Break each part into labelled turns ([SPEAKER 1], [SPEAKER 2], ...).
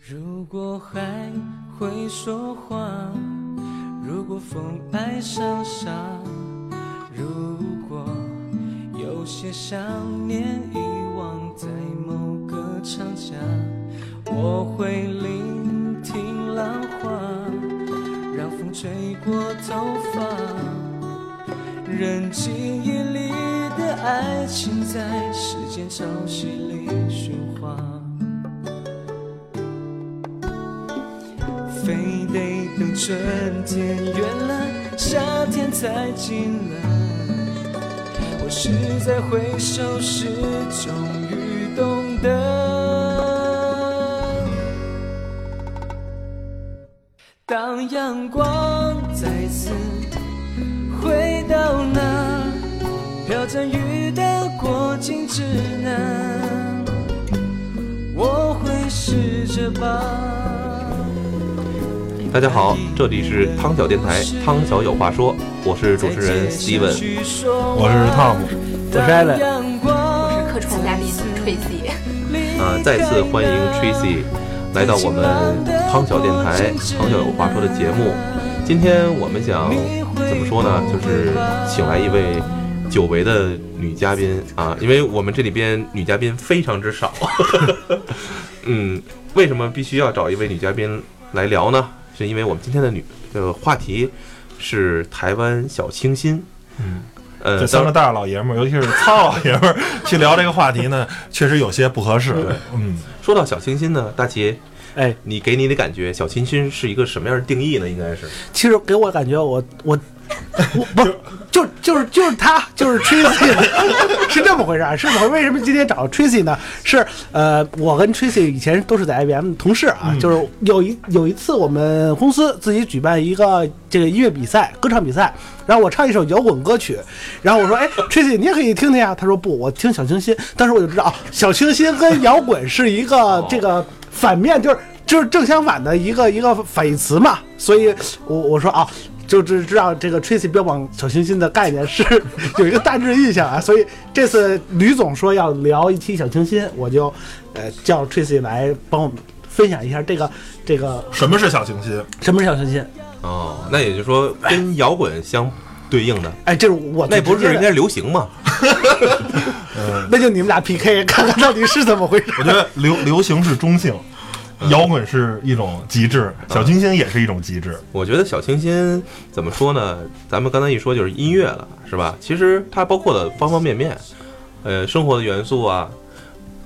[SPEAKER 1] 如果还会说话，如果风爱上沙，如果有些想念遗忘在某个长假，我会聆听浪花，让风吹过头发，扔进夜里的爱情在时间潮汐里喧哗。非得等春天远了，夏天才近了。或许在回首时，终于懂得。当阳光再次回到那飘着雨的过境之南，我会试着把。
[SPEAKER 2] 大家好，这里是汤小电台，汤小有话说，我是主持
[SPEAKER 1] 哎
[SPEAKER 2] 人 Steven。
[SPEAKER 3] 我是 Tom，
[SPEAKER 1] 我是 Allen，
[SPEAKER 4] 我是客串嘉宾 Tracy。
[SPEAKER 2] 啊、再次欢迎 Tracy 来到我们汤小电台《汤小有话说》的节目。今天我们想怎么说呢？就是请来一位久违的女嘉宾啊，因为我们这里边女嘉宾非常之少。 嗯，为什么必须要找一位女嘉宾来聊呢？是因为我们今天的女这个话题是台湾小清新。
[SPEAKER 3] 嗯，
[SPEAKER 2] 呃，
[SPEAKER 3] 这三个大老爷们儿，尤其是糙老爷们儿，去聊这个话题呢，确实有些不合适。嗯，
[SPEAKER 2] 说到小清新呢，大齐，
[SPEAKER 5] 哎，
[SPEAKER 2] 你给你的感觉，小清新是一个什么样的定义呢？应该是
[SPEAKER 5] 其实给我感觉我，我我不是，就就是就是他，就是 Tracy，是这 么回事儿，啊是这么回事儿。为什么今天找 Tracy 呢？是呃，我跟 Tracy 以前都是在 IBM 的同事啊，就是有一有一次我们公司自己举办一个这个音乐比赛，歌唱比赛。然后我唱一首摇滚歌曲，然后我说：“哎，Tracy，你也可以听听呀。”他说：“不，我听小清新。”当时我就知道，啊小清新跟摇滚是一个这个反面，就是就是正相反的一个一个反义词嘛。所以我我说啊，就只知道这个 Tracy 标榜小清新的概念是 有一个大致印象啊。所以这次吕总说要聊一期小清新，我就呃叫 Tracy 来帮我们分享一下这个这个
[SPEAKER 3] 什么是小清新？
[SPEAKER 5] 什么是小清新。
[SPEAKER 2] 哦，那也就是说跟摇滚相对应的，
[SPEAKER 5] 哎，这是我
[SPEAKER 2] 那
[SPEAKER 5] 最
[SPEAKER 2] 不
[SPEAKER 5] 哎直接
[SPEAKER 2] 是
[SPEAKER 5] 的
[SPEAKER 2] 应该是流行吗？
[SPEAKER 5] 那就你们俩 PK，看看到底是怎么回 事。
[SPEAKER 3] 我觉得流流行是中性，摇滚是一种极致，小清新也是一种极致。
[SPEAKER 2] 我觉得小清新怎么说呢？咱们刚才一说就是音乐了，是吧？其实它包括了方方面面，呃，生活的元素啊。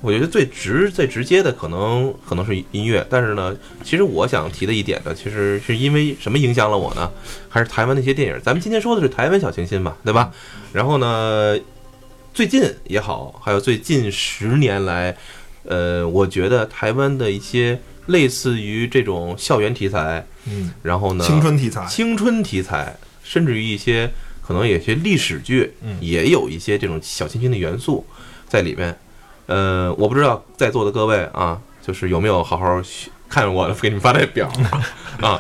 [SPEAKER 2] 我觉得最直、最直接的可能可能是音乐，但是呢，其实我想提的一点呢，其实是因为什么影响了我呢？还是台湾那些电影。咱们今天说的是台湾小清新嘛，对吧？然后呢，最近也好，还有最近十年来，呃，我觉得台湾的一些类似于这种校园题材，
[SPEAKER 3] 嗯，
[SPEAKER 2] 然后呢，
[SPEAKER 3] 青春题材。
[SPEAKER 2] 青春题材，甚至于一些可能有些历史剧，
[SPEAKER 3] 嗯
[SPEAKER 2] 也有一些这种小清新的元素在里面。呃，我不知道在座的各位啊，就是有没有好好学看我给你们发的表啊？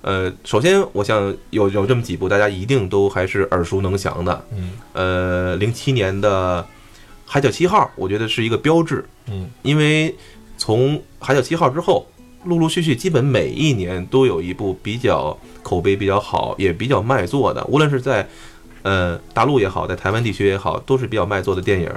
[SPEAKER 2] 呃，首先我想有有这么几部大家一定都还是耳熟能详的，
[SPEAKER 3] 嗯
[SPEAKER 2] 呃，零七年的《海角七号》，我觉得是一个标志，
[SPEAKER 3] 嗯，
[SPEAKER 2] 因为从《海角七号》之后，陆陆续续，基本每一年都有一部比较口碑比较好，也比较卖座的，无论是在呃大陆也好，在台湾地区也好，都是比较卖座的电影。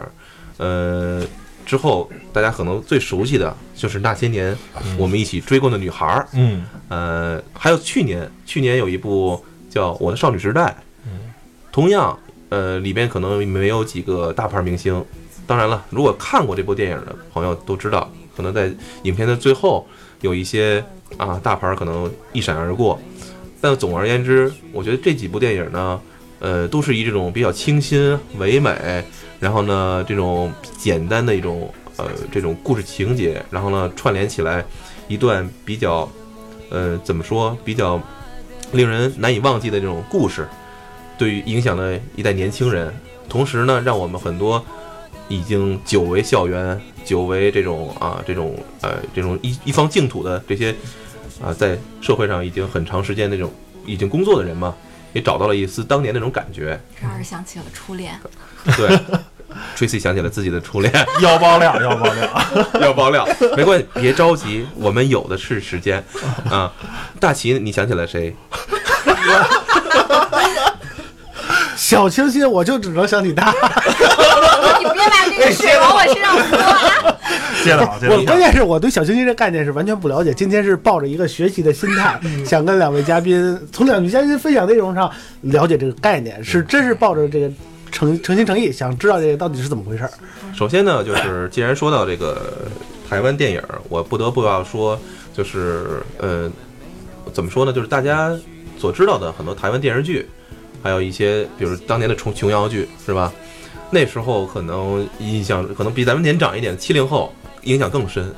[SPEAKER 2] 呃，之后，大家可能最熟悉的就是那些年我们一起追过的女孩儿，
[SPEAKER 3] 嗯
[SPEAKER 2] 呃，还有去年，去年有一部叫《我的少女时代》，同样，呃，里边可能没有几个大牌明星。当然了，如果看过这部电影的朋友都知道，可能在影片的最后有一些啊大牌可能一闪而过。但总而言之，我觉得这几部电影呢，呃，都是以这种比较清新唯美，然后呢这种简单的一种呃这种故事情节，然后呢串联起来一段比较呃，怎么说比较令人难以忘记的这种故事，对于影响了一代年轻人，同时呢，让我们很多已经久违校园、久违这种啊这种呃这种一一方净土的这些啊在社会上已经很长时间那种已经工作的人嘛，也找到了一丝当年那种感觉。
[SPEAKER 4] 让人想起了初恋，
[SPEAKER 2] 对，Tracy 想起了自己的初恋，
[SPEAKER 3] 要爆料，哎要爆料。
[SPEAKER 2] 要爆料，没关系，别着急，我们有的是时间啊。大齐，你想起来谁？
[SPEAKER 5] 小清新，我就只能想起他。
[SPEAKER 4] 你别把这个水往我身上泼啊！
[SPEAKER 3] 接着好，接 着
[SPEAKER 5] 我关
[SPEAKER 3] 好。
[SPEAKER 5] 键是我对小清新这概念是完全不了解，今天是抱着一个学习的心 态，
[SPEAKER 2] 嗯
[SPEAKER 5] 想跟两位嘉宾从两位嘉宾分享内容上了解这个概念，是
[SPEAKER 2] 嗯
[SPEAKER 5] 真是抱着这个诚诚心诚意想知道这个到底是怎么回事儿。
[SPEAKER 2] 首先呢，就是既然说到这个台湾电影儿，我不得不要说，就是呃，怎么说呢？就是大家所知道的很多台湾电视剧，还有一些比如当年的琼琼瑶剧，是吧？那时候可能印象可能比咱们年长一点，七零后影响更深。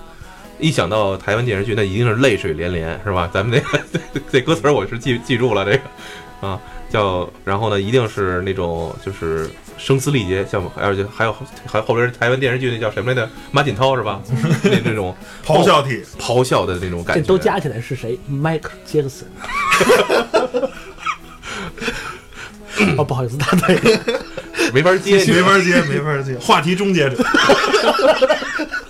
[SPEAKER 2] 一想到台湾电视剧，那一定是泪水连连，是吧？咱们那个 这歌词儿我是记记住了，这个啊叫，然后呢，一定是那种就是声嘶力竭，像而且还有还有后边台湾电视剧那叫什么来着？马景涛是吧？ 那那种
[SPEAKER 3] 咆哮体，
[SPEAKER 2] 咆哮的那种感
[SPEAKER 5] 这
[SPEAKER 2] 觉，
[SPEAKER 5] 都加起来是谁？Michael Jackson。哦，不好意思，大队，
[SPEAKER 2] 没法接，你
[SPEAKER 3] 没法 接，没法接。话题终结者，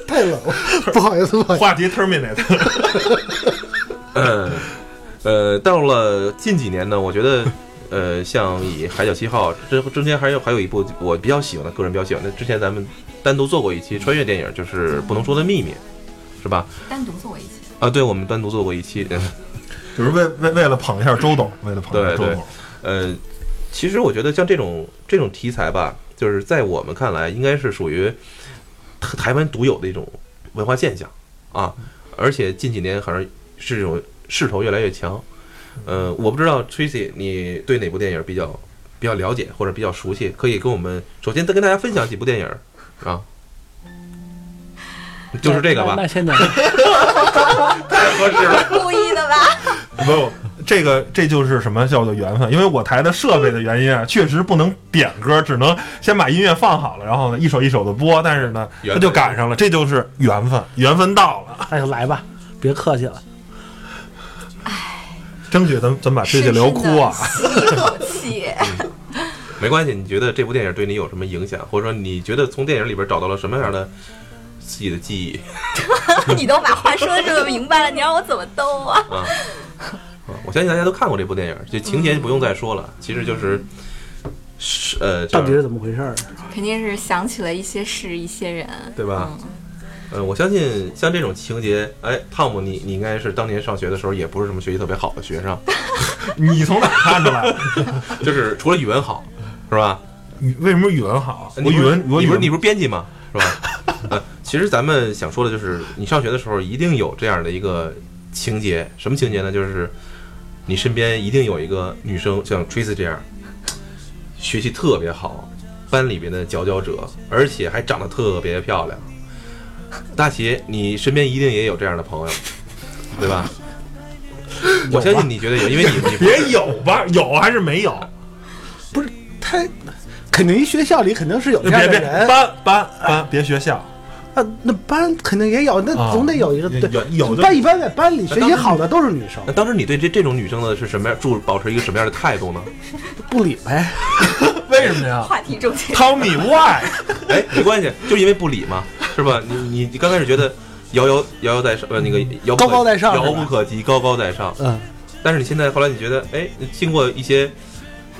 [SPEAKER 5] 太冷 了，不好意思，不好 意思。
[SPEAKER 3] 话题 terminate。
[SPEAKER 2] 嗯，呃，到了近几年呢，我觉得，呃，像以《海角七号》之中间还有还有一部我比较喜欢的，个人比较喜欢的，之前咱们单独做过一期穿越电影，就是《不能说的秘密》，是吧？
[SPEAKER 4] 单独做我一起，
[SPEAKER 2] 啊，对，我们单独做过一期。嗯
[SPEAKER 3] 就是为为为了捧一下周董，为了捧一下周
[SPEAKER 2] 对对
[SPEAKER 3] 董，
[SPEAKER 2] 呃，其实我觉得像这种这种题材吧，就是在我们看来，应该是属于台台湾独有的一种文化现象啊。而且近几年好像是这种势头越来越强。呃，我不知道 Tracy，你对哪部电影比较比较了解或者比较熟悉？可以跟我们首先再跟大家分享几部电影啊，就是这个吧
[SPEAKER 6] 那，那 现在
[SPEAKER 2] 合适了。
[SPEAKER 4] 故意的吧？
[SPEAKER 3] 不，这个这就是什么叫做缘分？因为我台的设备的原因啊，确实不能点歌，只能先把音乐放好了，然后呢一首一首的播。但是呢，
[SPEAKER 2] 缘
[SPEAKER 3] 他
[SPEAKER 2] 分
[SPEAKER 3] 就赶上了，这就是缘分，缘分到了。
[SPEAKER 5] 哎呦，来吧，别客气了。
[SPEAKER 3] 争取咱们咱们把这些聊哭 啊！
[SPEAKER 4] 深深地吸一口气，
[SPEAKER 2] 没关系，你觉得这部电影对你有什么影响，或者说你觉得从电影里边找到了什么样的自己的记忆
[SPEAKER 4] 你都把话说的这么明白了，你让我怎么兜啊？
[SPEAKER 2] 啊？啊我相信大家都看过这部电影，这情节不用再说了，其实就是是呃，
[SPEAKER 5] 到底
[SPEAKER 2] 就是
[SPEAKER 5] 怎么回事儿？
[SPEAKER 4] 肯定是想起了一些事，一些人，嗯
[SPEAKER 2] 对吧？呃，我相信像这种情节，哎，汤姆，你你应该是当年上学的时候也不是什么学习特别好的学生，
[SPEAKER 3] 你从哪看出来的？
[SPEAKER 2] 就是除了语文好，是吧？
[SPEAKER 3] 你为什么语文好？
[SPEAKER 2] 你
[SPEAKER 3] 我
[SPEAKER 2] 不是
[SPEAKER 3] 语文，我
[SPEAKER 2] 你
[SPEAKER 3] 语
[SPEAKER 2] 不是
[SPEAKER 3] 文
[SPEAKER 2] 你不是编辑吗？是吧？ 呃，其实咱们想说的就是，你上学的时候一定有这样的一个情节，什么情节呢？就是你身边一定有一个女生，像 Tracy 这样，学习特别好，班里边的佼佼者，而且还长得特别漂亮。大齐，你身边一定也有这样的朋友，对吧？我相信你觉得有，因为你 你
[SPEAKER 3] 别哎有吧？有还是没有？
[SPEAKER 5] 不是他，肯定一学校里肯定是有这
[SPEAKER 3] 别
[SPEAKER 5] 样
[SPEAKER 3] 别
[SPEAKER 5] 的人。
[SPEAKER 3] 班班班，别学校。
[SPEAKER 5] 啊，那班肯定也有，那
[SPEAKER 3] 啊
[SPEAKER 5] 总得有一个、对。
[SPEAKER 3] 有有的
[SPEAKER 5] 班一般在班里学习好的都是女生
[SPEAKER 2] 那，当时你对这这种女生呢是什么样，住保持一个什么样的态度呢？
[SPEAKER 5] 不理呗。
[SPEAKER 3] 为什么呀
[SPEAKER 4] 话题终结。
[SPEAKER 3] ？Tommy why？
[SPEAKER 2] 哎，没关系，就因为不理嘛，是吧？你你你刚开始觉得遥遥遥遥在上，呃，那个遥不可
[SPEAKER 5] 高高在上是吧
[SPEAKER 2] 遥不可及，高高在上。
[SPEAKER 5] 嗯，
[SPEAKER 2] 但是你现在后来你觉得，哎，经过一些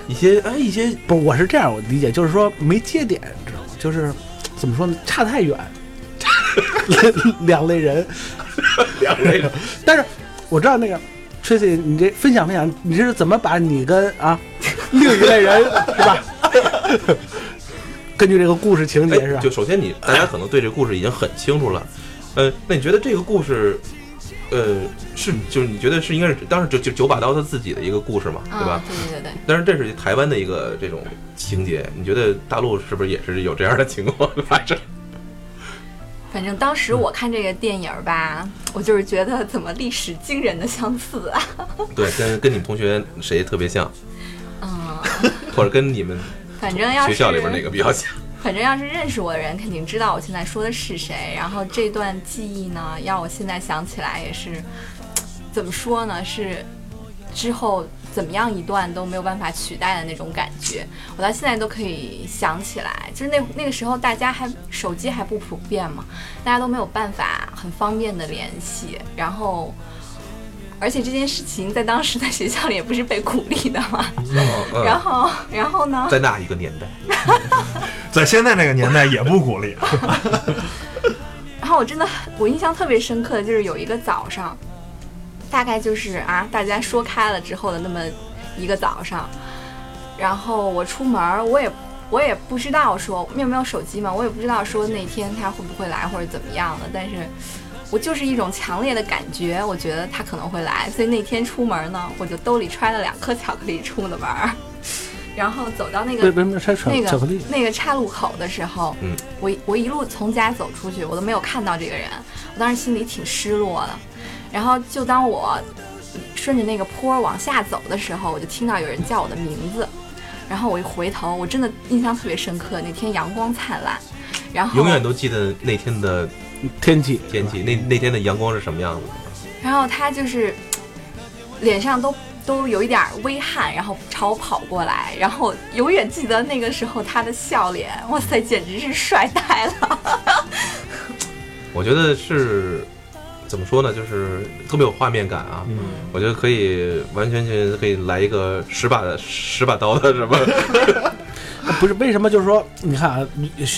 [SPEAKER 2] 一些哎一些
[SPEAKER 5] 不，我是这样我理解，就是说没接点，你知道吗？就是怎么说呢，差太远。两类人，
[SPEAKER 2] 两类人，
[SPEAKER 5] 但是我知道那个 Tracy，你这分享分享，你是怎么把你跟啊另一类人是吧？ 根据这个故事情节是
[SPEAKER 2] 哎，
[SPEAKER 5] 吧
[SPEAKER 2] 就？首先你大家可能对这个故事已经很清楚了，呃，那你觉得这个故事，呃，是就是你觉得是应该是当时就就九把刀他自己的一个故事嘛， 对吧
[SPEAKER 4] 啊，？对对对
[SPEAKER 2] 但是这是台湾的一个这种情节，你觉得大陆是不是也是有这样的情况发生？
[SPEAKER 4] 反正当时我看这个电影儿吧，我就是觉得怎么历史惊人的相似啊，
[SPEAKER 2] 对，跟跟你们同学谁特别像，
[SPEAKER 4] 嗯，
[SPEAKER 2] 或者跟你们
[SPEAKER 4] 反正要
[SPEAKER 2] 学
[SPEAKER 4] 是
[SPEAKER 2] 校里边哪个比较 像？
[SPEAKER 4] 反正要是认识我的人，肯定知道我现在说的是谁。然后这段记忆呢，要我现在想起来也是，怎么说呢？是之后怎么样一段都没有办法取代的那种感觉。我到现在都可以想起来，就是那那个时候大家还手机还不普遍嘛，大家都没有办法很方便的联系，然后。而且这件事情在当时在学校里也不是被鼓励的嘛，然
[SPEAKER 2] 嗯，
[SPEAKER 4] 后，然后呢？
[SPEAKER 2] 在那一个年代，
[SPEAKER 3] 在现在这个年代也不鼓 励。
[SPEAKER 4] 然后我真的很我印象特别深刻的就是有一个早上，大概就是啊，大家说开了之后的那么一个早上，然后我出门儿，我也我也不知道说你有没有手机嘛，我也不知道说那天他会不会来或者怎么样的，但是我就是一种强烈的感觉，我觉得他可能会来，所以那天出门呢，我就兜里揣了两颗巧克力出的门儿， 然后走到那个
[SPEAKER 5] 为为什么拆巧
[SPEAKER 4] 那个
[SPEAKER 5] 巧克力？
[SPEAKER 4] 那个岔路口的时候，
[SPEAKER 2] 嗯
[SPEAKER 4] 我一我一路从家走出去，我都没有看到这个人，我当时心里挺失落的。然后就当我顺着那个坡儿往下走的时候，我就听到有人叫我的名字，然后我一回头，我真的印象特别深刻，那天阳光灿烂，然后
[SPEAKER 2] 永远都记得那天的
[SPEAKER 5] 天气
[SPEAKER 2] 天气，那那天的阳光是什么样子的。
[SPEAKER 4] 然后他就是脸上都都有一点微汗，然后朝我跑过来，然后永远记得那个时候他的笑脸，哇塞，简直是帅呆了。
[SPEAKER 2] 我觉得是怎么说呢，就是特别有画面感啊。
[SPEAKER 3] 嗯
[SPEAKER 2] 我觉得可以完全全可以来一个十把十把刀的什么，
[SPEAKER 5] 不是为什么？就是说，你看啊，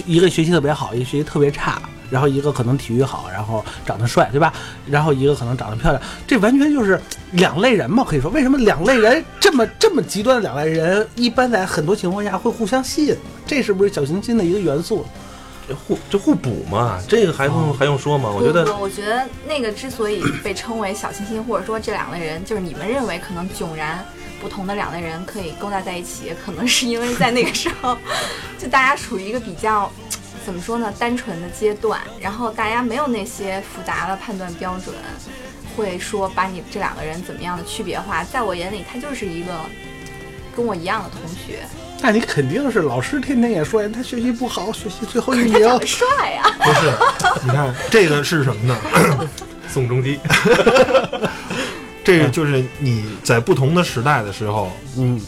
[SPEAKER 5] 一个学习特别好，一个学习特别差，然后一个可能体育好，然后长得帅，对吧？然后一个可能长得漂亮，这完全就是两类人嘛，可以说。为什么两类人这么这么极端的两类人，一般在很多情况下会互相吸引？这是不是小行星的一个元素？
[SPEAKER 2] 这 互这互补嘛，这个还用还用说吗？我觉
[SPEAKER 4] 不
[SPEAKER 2] 得
[SPEAKER 4] 不，我觉得那个之所以被称为小清新，或者说这两类人，就是你们认为可能迥然不同的两类人可以勾搭在一起，可能是因为在那个时候， 就大家处于一个比较。怎么说呢？单纯的阶段，然后大家没有那些复杂的判断标准，会说把你这两个人怎么样的区别化。在我眼里，他就是一个跟我一样的同学，
[SPEAKER 5] 那你肯定是老师天天也说他学习不好，学习最后一
[SPEAKER 4] 可是他
[SPEAKER 5] 名
[SPEAKER 4] 长，得帅啊呀、
[SPEAKER 3] 不是，你看这个是什么呢？
[SPEAKER 2] 宋仲基，
[SPEAKER 3] 这个就是你在不同的时代的时候，
[SPEAKER 5] 嗯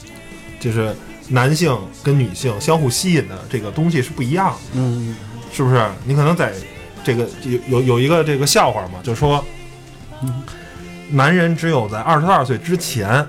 [SPEAKER 3] 就是男性跟女性相互吸引的这个东西是不一样的，
[SPEAKER 5] 嗯
[SPEAKER 3] 是不是？你可能在这个有有有一个这个笑话嘛，就说，男人只有在二十二岁之前，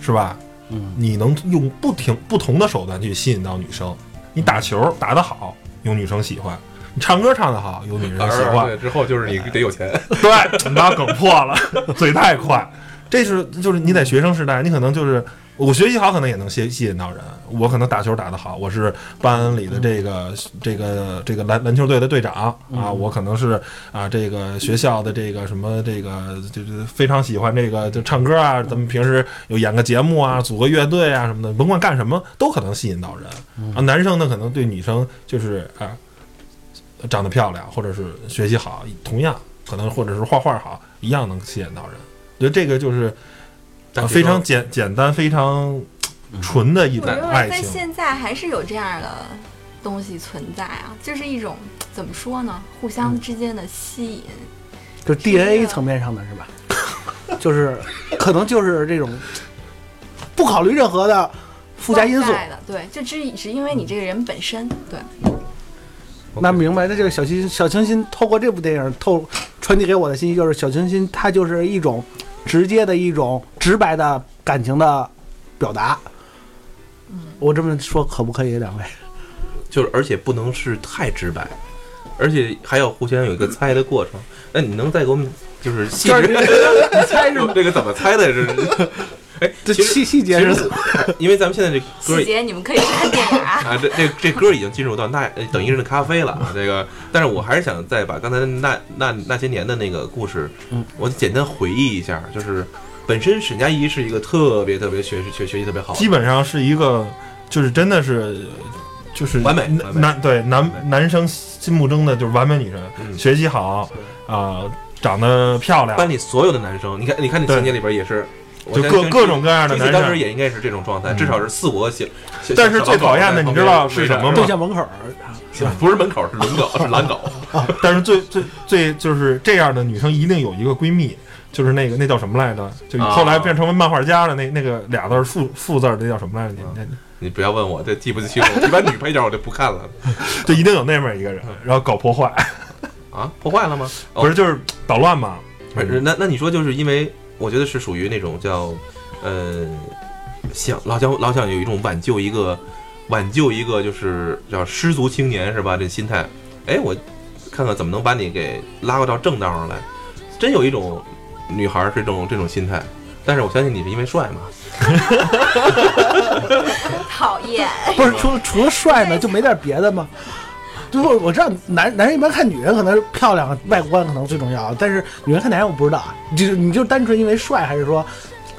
[SPEAKER 3] 是吧？
[SPEAKER 5] 嗯，
[SPEAKER 3] 你能用不停不同的手段去吸引到女生。你打球打得好，有女生喜欢；你唱歌唱得好，有女生喜欢。
[SPEAKER 2] 之后就是你得有钱，
[SPEAKER 3] 对，你把我梗破了，嘴太快。这是就是你在学生时代，你可能就是我学习好，可能也能吸吸引到人。我可能打球打得好，我是班里的这个这个这个篮篮球队的队长啊，我可能是啊这个学校的这个什么这个就是非常喜欢这个就唱歌啊，咱们平时有演个节目啊，组个乐队啊什么的，甭管干什么都可能吸引到人啊。男生呢，可能对女生就是啊长得漂亮，或者是学习好，同样可能或者是画画好，一样能吸引到人。我觉得这个就是、呃非常简简单、非常
[SPEAKER 2] 嗯
[SPEAKER 3] 纯的一
[SPEAKER 4] 我
[SPEAKER 3] 种
[SPEAKER 4] 认
[SPEAKER 3] 爱
[SPEAKER 4] 为在
[SPEAKER 3] 情。
[SPEAKER 4] 现在还是有这样的东西存在啊，就是一种怎么说呢，互相之间的吸引。
[SPEAKER 5] 就 DNA 层面上的 是吧？就是可能就是这种不考虑任何的附加因素
[SPEAKER 4] 外。在的，对，就只只因为你这个人本身，对，
[SPEAKER 5] 那明白，那这个小清小清新透过这部电影透传递给我的信息就是，小清新它就是一种直接的一种直白的感情的表达。我这么说可不可以，两位？
[SPEAKER 2] 就是而且不能是太直白，而且还要互相有一个猜的过程。那你能再给我们就是细
[SPEAKER 5] 就是
[SPEAKER 2] 致？
[SPEAKER 5] 你猜什么？
[SPEAKER 2] 这个怎么猜的？这是？哎，
[SPEAKER 5] 这
[SPEAKER 2] 其实
[SPEAKER 5] 细细节
[SPEAKER 2] 其
[SPEAKER 5] 是
[SPEAKER 2] 实， 因为咱们现在这歌
[SPEAKER 4] 细
[SPEAKER 2] 已
[SPEAKER 4] 节你们可以去看电影啊。
[SPEAKER 2] 啊，这这这歌已经进入到那呃等一日的咖啡了啊。这个，但是我还是想再把刚才的那那那些年的那个故事，
[SPEAKER 5] 嗯
[SPEAKER 2] 我简单回忆一下。就是本身沈佳宜是一个特别特别学学学习特别好的
[SPEAKER 3] 基本上是一个，就是真的是，就是
[SPEAKER 2] 完美
[SPEAKER 3] 男
[SPEAKER 2] 完美
[SPEAKER 3] 男对
[SPEAKER 2] 完
[SPEAKER 3] 男男生心目中的就是完美女人，
[SPEAKER 2] 嗯
[SPEAKER 3] 学习好啊、长得漂亮，
[SPEAKER 2] 班里所有的男生，你看，你看那
[SPEAKER 3] 对
[SPEAKER 2] 情节里边也是，我
[SPEAKER 3] 就
[SPEAKER 2] 相
[SPEAKER 3] 各
[SPEAKER 2] 信
[SPEAKER 3] 各种各样的
[SPEAKER 2] 追
[SPEAKER 3] 男
[SPEAKER 2] 星当时
[SPEAKER 3] 生。
[SPEAKER 2] 也应该是这种状态，
[SPEAKER 3] 嗯
[SPEAKER 2] 至少是四国小。小
[SPEAKER 3] 但是
[SPEAKER 2] 小
[SPEAKER 3] 最
[SPEAKER 2] 狼狗
[SPEAKER 3] 讨厌的
[SPEAKER 2] 在旁
[SPEAKER 3] 你
[SPEAKER 2] 边
[SPEAKER 3] 知道是什么吗
[SPEAKER 2] 围
[SPEAKER 5] 对
[SPEAKER 2] 着
[SPEAKER 5] 象门口儿，
[SPEAKER 2] 不是门口，是龙狗，是狼狗。
[SPEAKER 3] 但是最最最就是这样的女生一定有一个闺蜜，就是那个那叫什么来着？就
[SPEAKER 2] 啊
[SPEAKER 3] 后来变成为漫画家的那那个俩字儿副副字儿的那叫什么来着？
[SPEAKER 2] 啊
[SPEAKER 3] 你那
[SPEAKER 2] 你不要问我，这记不清。我一般女配角我就不看了
[SPEAKER 3] 就一定有那么一个人，然后搞破坏，
[SPEAKER 2] 啊，破坏了吗？哦
[SPEAKER 3] 不是就是捣乱嘛？
[SPEAKER 2] 不是，那那你说就是因为我觉得是属于那种叫，呃，想老想老想有一种挽救一个挽救一个就是叫失足青年是吧？这心态，哎，我看看怎么能把你给拉回到正道上来。真有一种女孩儿是这种这种心态，但是我相信你是因为帅嘛，
[SPEAKER 4] 讨厌，
[SPEAKER 5] 不是除了除了帅呢，就没点别的吗？就是我知道男男人一般看女人可能是漂亮、外观可能最重要，但是女人看男人我不知道啊，就是你就单纯因为帅，还是说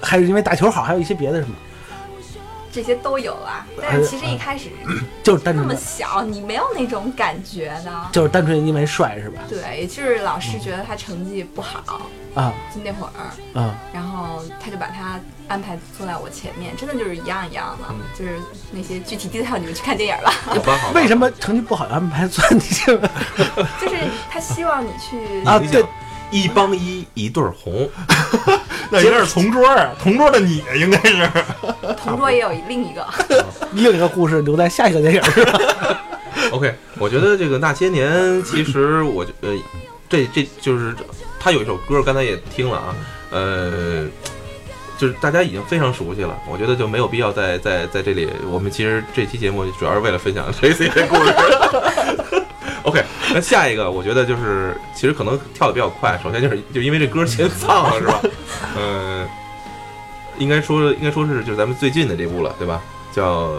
[SPEAKER 5] 还是因为打球好，还有一些别的什么，
[SPEAKER 4] 这些都有啊。但是其实一开始
[SPEAKER 5] 就是单
[SPEAKER 4] 那
[SPEAKER 5] 纯
[SPEAKER 4] 么
[SPEAKER 5] 的，
[SPEAKER 4] 小，你没有那种感觉的。
[SPEAKER 5] 就是单纯因为帅是吧？
[SPEAKER 4] 对，就是老师觉得他成绩不好，
[SPEAKER 5] 啊
[SPEAKER 4] 就那会儿，
[SPEAKER 5] 啊，
[SPEAKER 4] 然后他就把他安排坐在我前面，真的就是一样一样的，就是那些具体 detail 你们去看电影吧。
[SPEAKER 2] 好吧好吧
[SPEAKER 5] 为什么成绩不好安排算你这个
[SPEAKER 4] 就是他希望你去
[SPEAKER 5] 啊
[SPEAKER 2] 你
[SPEAKER 5] 对
[SPEAKER 2] 想一帮一，一对儿红，
[SPEAKER 3] 那有点同桌啊，同桌的你应该是。
[SPEAKER 4] 同桌也有另一个，
[SPEAKER 5] 另一个故事留在下一个电影儿是吧？
[SPEAKER 2] OK，我觉得这个那些年，其实我觉呃，这这就是他有一首歌，刚才也听了啊，呃，就是大家已经非常熟悉了，我觉得就没有必要在在在这里。我们其实这期节目主要是为了分享 Tracy 的故事。OK，那 下一个我觉得就是，其实可能跳的比较快。首先就是就因为这歌 先放了是吧？呃，应该说应该说是就是咱们最近的这部了，对吧？叫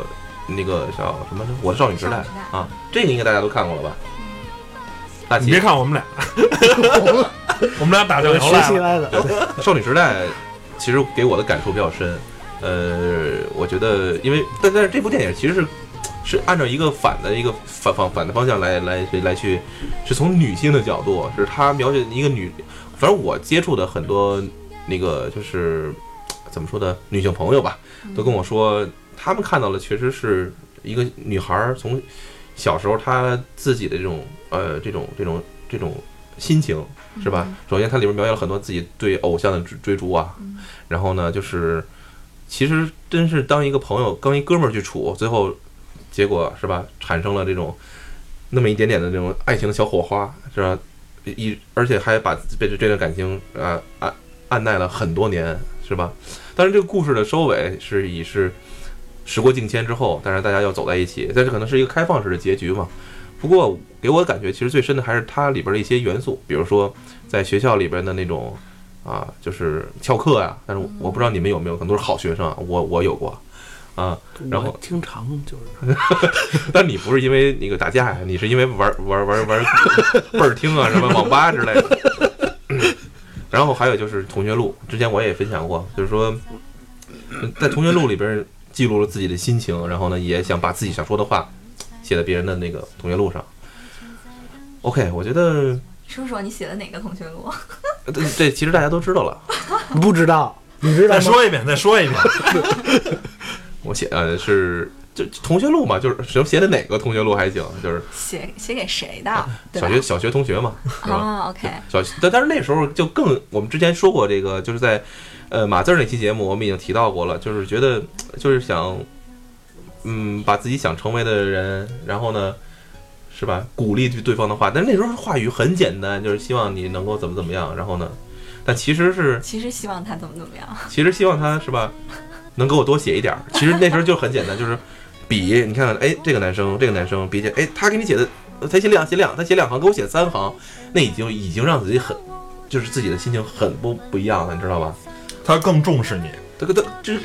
[SPEAKER 2] 那个叫什么来着？我的少女时代
[SPEAKER 4] 少女时代
[SPEAKER 2] 啊，这个应该大家都看过了吧？大
[SPEAKER 3] 你
[SPEAKER 2] 齐
[SPEAKER 3] 别看我们俩， 我们俩打酱油
[SPEAKER 5] 学
[SPEAKER 3] 来
[SPEAKER 5] 习
[SPEAKER 3] 了。
[SPEAKER 5] 来的，
[SPEAKER 2] 少女时代，其实给我的感触比较深。呃，我觉得，因为但但是这部电影其实是是按照一个反的一个反反反的方向来来来去，是从女性的角度，是她描写一个女，反正我接触的很多那个就是怎么说呢，女性朋友吧，都跟我说，他们看到了确实是一个女孩儿从小时候她自己的这种呃这种这种这种心情
[SPEAKER 4] 嗯
[SPEAKER 2] 是吧？首先它里面描写了很多自己对偶像的追追逐啊，然后呢就是其实真是当一个朋友跟一哥们儿去处，最后结果是吧产生了这种那么一点点的这种爱情的小火花是吧？一而且还把被这这段感情啊按按耐了很多年是吧？但是这个故事的收尾是以是时过境迁之后，但是大家要走在一起，但是可能是一个开放式的结局嘛。不过给我的感觉，其实最深的还是它里边的一些元素，比如说在学校里边的那种啊，就是翘课呀、但是我我不知道你们有没有，可能都是好学生啊，我我有过啊。然后
[SPEAKER 5] 我经常就是
[SPEAKER 2] 但你不是因为那个打架呀，你是因为玩玩玩玩倍儿听啊，什么网吧之类的。 嗯然后还有就是同学录，之前我也分享过，就是说呃在同学录里边记录了自己的心情，然后呢也想把自己想说的话写在别人的那个同学录上。OK，我觉得
[SPEAKER 4] 说说你写的哪个同学录？啊
[SPEAKER 2] 呃这这其实大家都知道了，
[SPEAKER 5] 不知道，你知道
[SPEAKER 3] 再
[SPEAKER 5] 吗？
[SPEAKER 3] 说一遍，再说一遍。
[SPEAKER 2] 我写呃是就同学录嘛，就是谁写的哪个同学录还行，就是
[SPEAKER 4] 写写给谁的？对
[SPEAKER 2] 啊
[SPEAKER 4] 吧
[SPEAKER 2] 小学小学同学嘛，是吧？
[SPEAKER 4] 啊，OK，
[SPEAKER 2] 小，但但是那时候就更，我们之前说过这个，就是在呃码字儿那期节目，我们已经提到过了，就是觉得就是想，嗯，把自己想成为的人，然后呢，是吧，鼓励对对方的话，但是那时候话语很简单，就是希望你能够怎么怎么样，然后呢，但其实是
[SPEAKER 4] 其实希望他怎么怎么样。
[SPEAKER 2] 其实希望他是吧， 能给我多写一点儿。其实那时候就很简单，就是比你看看，哎，这个男生，这个男生比起，哎，他给你写的他写两写两，他写两行给我写三行，那已经已经让自己很，就是自己的心情很不不一样了，你知道吧？
[SPEAKER 3] 他更重视你。
[SPEAKER 2] 他他就是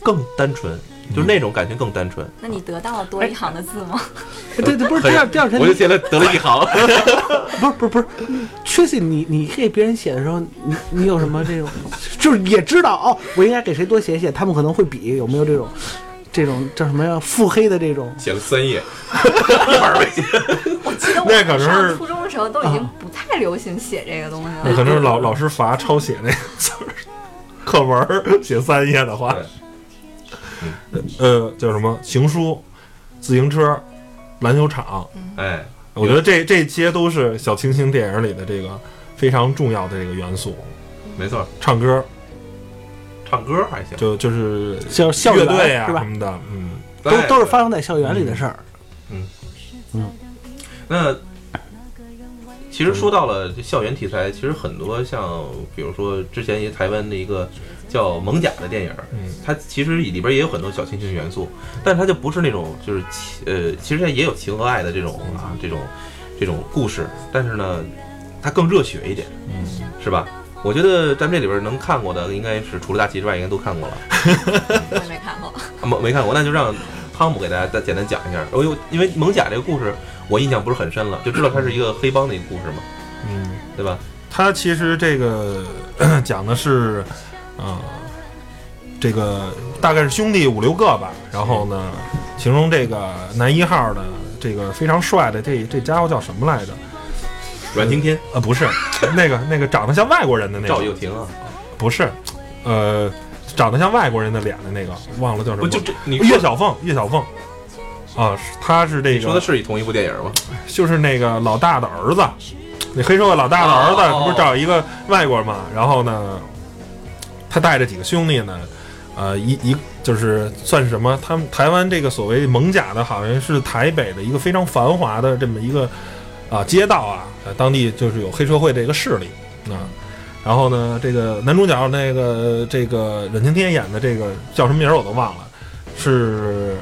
[SPEAKER 2] 更单纯，就是那种感情更单纯。
[SPEAKER 4] 那你得到了多一行的字吗？
[SPEAKER 2] 哎
[SPEAKER 5] 嗯对对，不是
[SPEAKER 2] 可以
[SPEAKER 5] 第二第二天
[SPEAKER 2] 我就写了得了一行，
[SPEAKER 5] 不是不是不是，Tracy，你你给别人写的时候，你你有什么这种， 就是也知道哦，我应该给谁多写写，他们可能会比有没有这种，这种叫什么呀，腹黑的这种，
[SPEAKER 2] 写了三页， 一本儿没写。
[SPEAKER 4] 我记得
[SPEAKER 3] 那可
[SPEAKER 4] 我
[SPEAKER 3] 是
[SPEAKER 4] 上初中的时候都已经不太流行写这个东西
[SPEAKER 2] 哎
[SPEAKER 4] 了。
[SPEAKER 3] 可能是
[SPEAKER 5] 嗯
[SPEAKER 3] 老老师罚抄写那个词儿，课文儿写三页的话，呃，叫什么情书、自行车、篮球场，
[SPEAKER 2] 哎，
[SPEAKER 3] 我觉得这这些都是小清新电影里的这个非常重要的这个元素。
[SPEAKER 2] 没错，
[SPEAKER 3] 唱歌
[SPEAKER 2] 唱歌还行，
[SPEAKER 3] 就就是
[SPEAKER 5] 就是校
[SPEAKER 3] 乐
[SPEAKER 5] 园
[SPEAKER 3] 队啊
[SPEAKER 5] 是
[SPEAKER 3] 什
[SPEAKER 5] 吧？
[SPEAKER 3] 么的，嗯，
[SPEAKER 5] 都
[SPEAKER 2] 对
[SPEAKER 5] 都是发生在校园里的事儿。
[SPEAKER 2] 那其实说到了这校园题材，其实很多像比如说之前一个台湾的一个叫《蒙甲》的电影，
[SPEAKER 3] 嗯
[SPEAKER 2] 它其实里边也有很多小清新元素，但它就不是那种就是情呃，其实它也有情和爱的这种啊这种这种故事，但是呢，它更热血一点，嗯，是吧？我觉得咱们这里边能看过的，应该是除了大齐之外，应该都看过了。啊
[SPEAKER 4] 我也没看过。
[SPEAKER 2] 没没看过，那就让汤姆给大家再简单讲一下。我有因为蒙甲这个故事我印象不是很深了，就知道它是一个黑帮的一个故事嘛，
[SPEAKER 3] 嗯，
[SPEAKER 2] 对吧？
[SPEAKER 3] 他其实这个 咳讲的是，呃，这个大概是兄弟五六个吧，然后呢，形容这个男一号的这个非常帅的这这家伙叫什么来着？
[SPEAKER 2] 阮经天、
[SPEAKER 3] 呃， 不是，那个那个长得像外国人的那
[SPEAKER 2] 赵
[SPEAKER 3] 个，
[SPEAKER 2] 又廷啊，
[SPEAKER 3] 不是，呃，长得像外国人的脸的那个，忘了叫什
[SPEAKER 2] 不
[SPEAKER 3] 么。呃
[SPEAKER 2] 就这？你
[SPEAKER 3] 岳
[SPEAKER 2] 说
[SPEAKER 3] 小凤，岳小凤，啊，是他是这
[SPEAKER 2] 你说的
[SPEAKER 3] 个，
[SPEAKER 2] 是同一部电影吗？
[SPEAKER 3] 就是那个老大的儿子，那黑社会老大的儿子，
[SPEAKER 2] 哦
[SPEAKER 3] 不是找一个外国人嘛？然后呢，他带着几个兄弟呢，呃，一一就是算是什么？他们台湾这个所谓蒙甲的，好像是台北的一个非常繁华的这么一个啊街道啊，呃，当地就是有黑社会这个势力啊。然后呢，这个男主角那个这个阮经天演的这个叫什么名儿我都忘了，是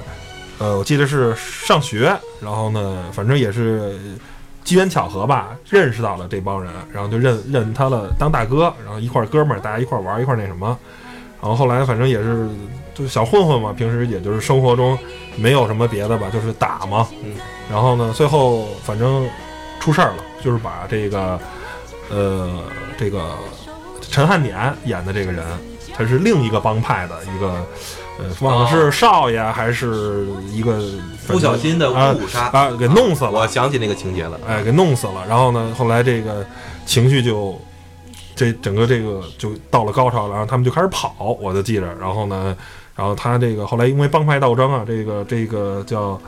[SPEAKER 3] 呃，我记得是上学，然后呢，反正也是机缘巧合吧，认识到了这帮人，然后就认认他了当大哥，然后一块儿哥们儿，大家一块儿玩儿，一块儿那什么。然后后来反正也是就是小混混嘛，平时也就是生活中没有什么别的吧，就是打嘛。
[SPEAKER 2] 嗯。
[SPEAKER 3] 然后呢，最后反正出事儿了，就是把这个呃这个陈汉典演的这个人，他是另一个帮派的一个。呃，忘了是少爷还是一个反正
[SPEAKER 2] 不小心的
[SPEAKER 3] 啊
[SPEAKER 2] 误杀，
[SPEAKER 3] 啊给弄死了
[SPEAKER 2] 我，想起那个情节了。
[SPEAKER 3] 哎，给弄死了。然后呢，后来这个情绪就这整个这个就到了高潮，然后他们就开始跑，我就记着。然后呢，然后他这个后来因为帮派斗争啊，这个这个叫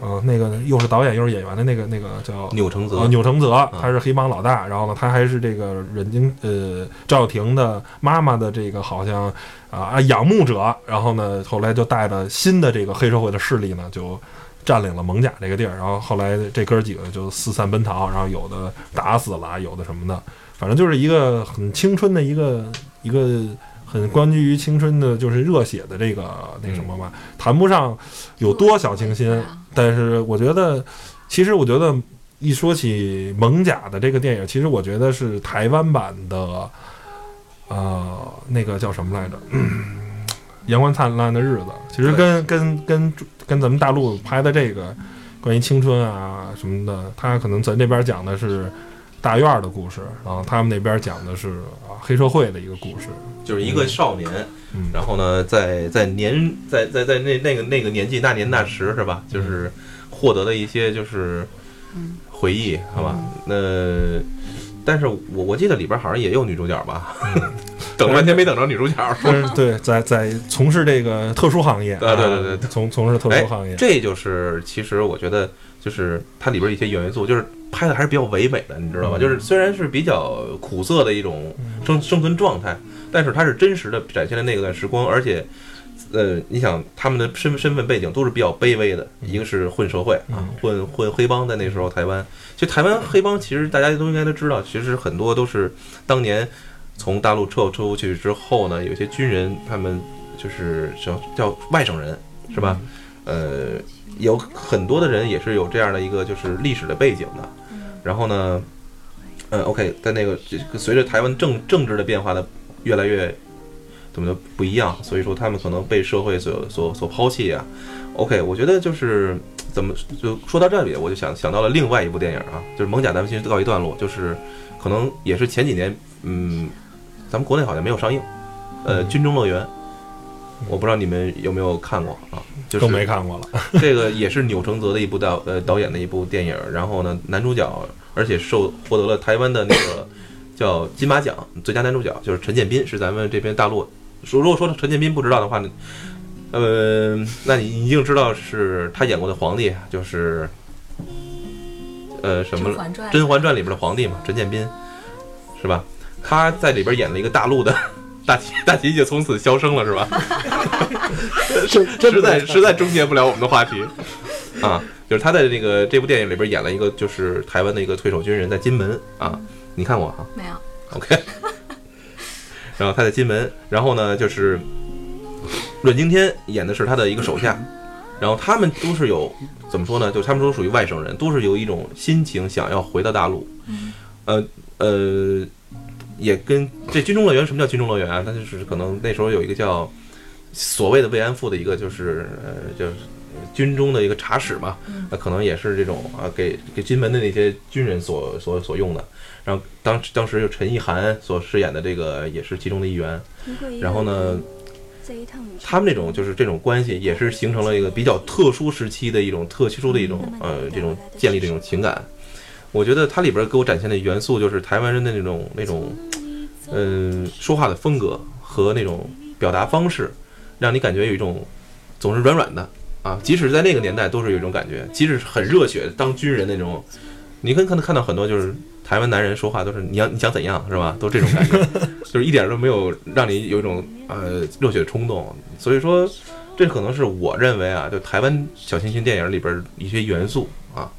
[SPEAKER 3] 呃那个又是导演又是演员的那个那个叫
[SPEAKER 2] 钮承
[SPEAKER 3] 呃
[SPEAKER 2] 泽，
[SPEAKER 3] 钮承泽
[SPEAKER 2] 嗯，
[SPEAKER 3] 他是黑帮老大，然后呢，他还是这个阮经呃赵又廷的妈妈的这个好像啊、仰慕者，然后呢，后来就带着新的这个黑社会的势力呢，就占领了蒙甲这个地儿，然后后来这哥几个就四散奔逃，然后有的打死了，有的什么的，反正就是一个很青春的一个一个很关于青春的，就是热血的这个那什么吧，
[SPEAKER 2] 嗯
[SPEAKER 3] 谈不上有多小清新，但是我觉得，其实我觉得一说起蒙甲的这个电影，其实我觉得是台湾版的，呃，那个叫什么来着？ 阳光灿烂的日子，其实跟跟跟跟咱们大陆拍的这个关于青春啊什么的，他可能咱这边讲的是大院儿的故事，然后他们那边讲的是啊黑社会的一个故事。
[SPEAKER 2] 就是一个少年，
[SPEAKER 3] 嗯
[SPEAKER 2] 然后呢，在在年在在在那那个那个年纪那年那时是吧？就是获得了一些就是回忆，好吧？那但是我我记得里边好像也有女主角吧， 等了半天没等着女主角。
[SPEAKER 3] 但是 对，在在从事这个特殊行业，
[SPEAKER 2] 对对对对
[SPEAKER 3] 啊从从事特
[SPEAKER 2] 哎
[SPEAKER 3] 殊行业，，
[SPEAKER 2] 这就是其实我觉得就是它里边一些元素，就是拍的还是比较唯美的，你知道吧？
[SPEAKER 3] 嗯
[SPEAKER 2] 就是虽然是比较苦涩的一种生生存状态，但是它是真实的展现了那段时光，而且。呃，你想他们的身身份背景都是比较卑微的，一个是混社会啊，混混黑帮，在那时候台湾，其实台湾黑帮其实大家都应该都知道，其实很多都是当年从大陆撤出去之后呢，有些军人他们就是叫叫外省人是吧？呃，有很多的人也是有这样的一个就是历史的背景的。然后呢，嗯，OK，在那个这个随着台湾政政治的变化的越来越怎么的不一样，所以说他们可能被社会所所所抛弃啊。OK，我觉得就是怎么就说到这里，我就想想到了另外一部电影啊，就是《蒙甲咱们其实告一段落，就是可能也是前几年，嗯，咱们国内好像没有上映，呃，《军中乐园》，我不知道你们有没有看过啊？就是
[SPEAKER 3] 更没看过了。
[SPEAKER 2] 这个也是钮承泽的一部导呃导演的一部电影，然后呢，男主角而且受获得了台湾的那个叫金马奖最佳男主角，就是陈建斌，是咱们这边大陆。说如果说陈建斌不知道的话，呢，呃，那你一定知道是他演过的皇帝，啊就是呃什么
[SPEAKER 4] 甄嬛传
[SPEAKER 2] 《甄嬛传》里边的皇帝嘛，陈建斌，是吧？他在里边演了一个大陆的 大姐，大姐姐从此消声了，是吧？嗯
[SPEAKER 5] 这 这
[SPEAKER 2] 实在实在终结不了我们的话题啊！就是他在这个这部电影里边演了一个，就是台湾的一个退守军人，在金门啊，你看过啊
[SPEAKER 4] 没有，
[SPEAKER 2] ？OK，然后他在金门，然后呢就是阮经天演的是他的一个手下，然后他们都是有怎么说呢？就他们都属于外省人，都是有一种心情想要回到大陆，呃呃，也跟这军中乐园什么叫军中乐园啊？它就是可能那时候有一个叫所谓的慰安妇的一个就是呃就是。军中的一个茶室嘛，那可能也是这种啊，给给金门的那些军人所所所用的。然后当当时有陈意涵所饰演的这个也是其中的一员。然后呢，
[SPEAKER 6] 这一趟旅程，
[SPEAKER 2] 他们这种就是这种关系，也是形成了一个比较特殊时期的一种特殊的一种呃这种建立这种情感。我觉得它里边给我展现的元素就是台湾人的那种那种，嗯、说话的风格和那种表达方式，让你感觉有一种总是软软的啊，即使在那个年代都是有一种感觉，即使是很热血当军人那种，你可以看到看到很多就是台湾男人说话都是你要你想怎样是吧，都这种感觉，就是一点都没有让你有一种呃热血冲动，所以说这可能是我认为啊，就台湾小清新电影里边一些元素啊，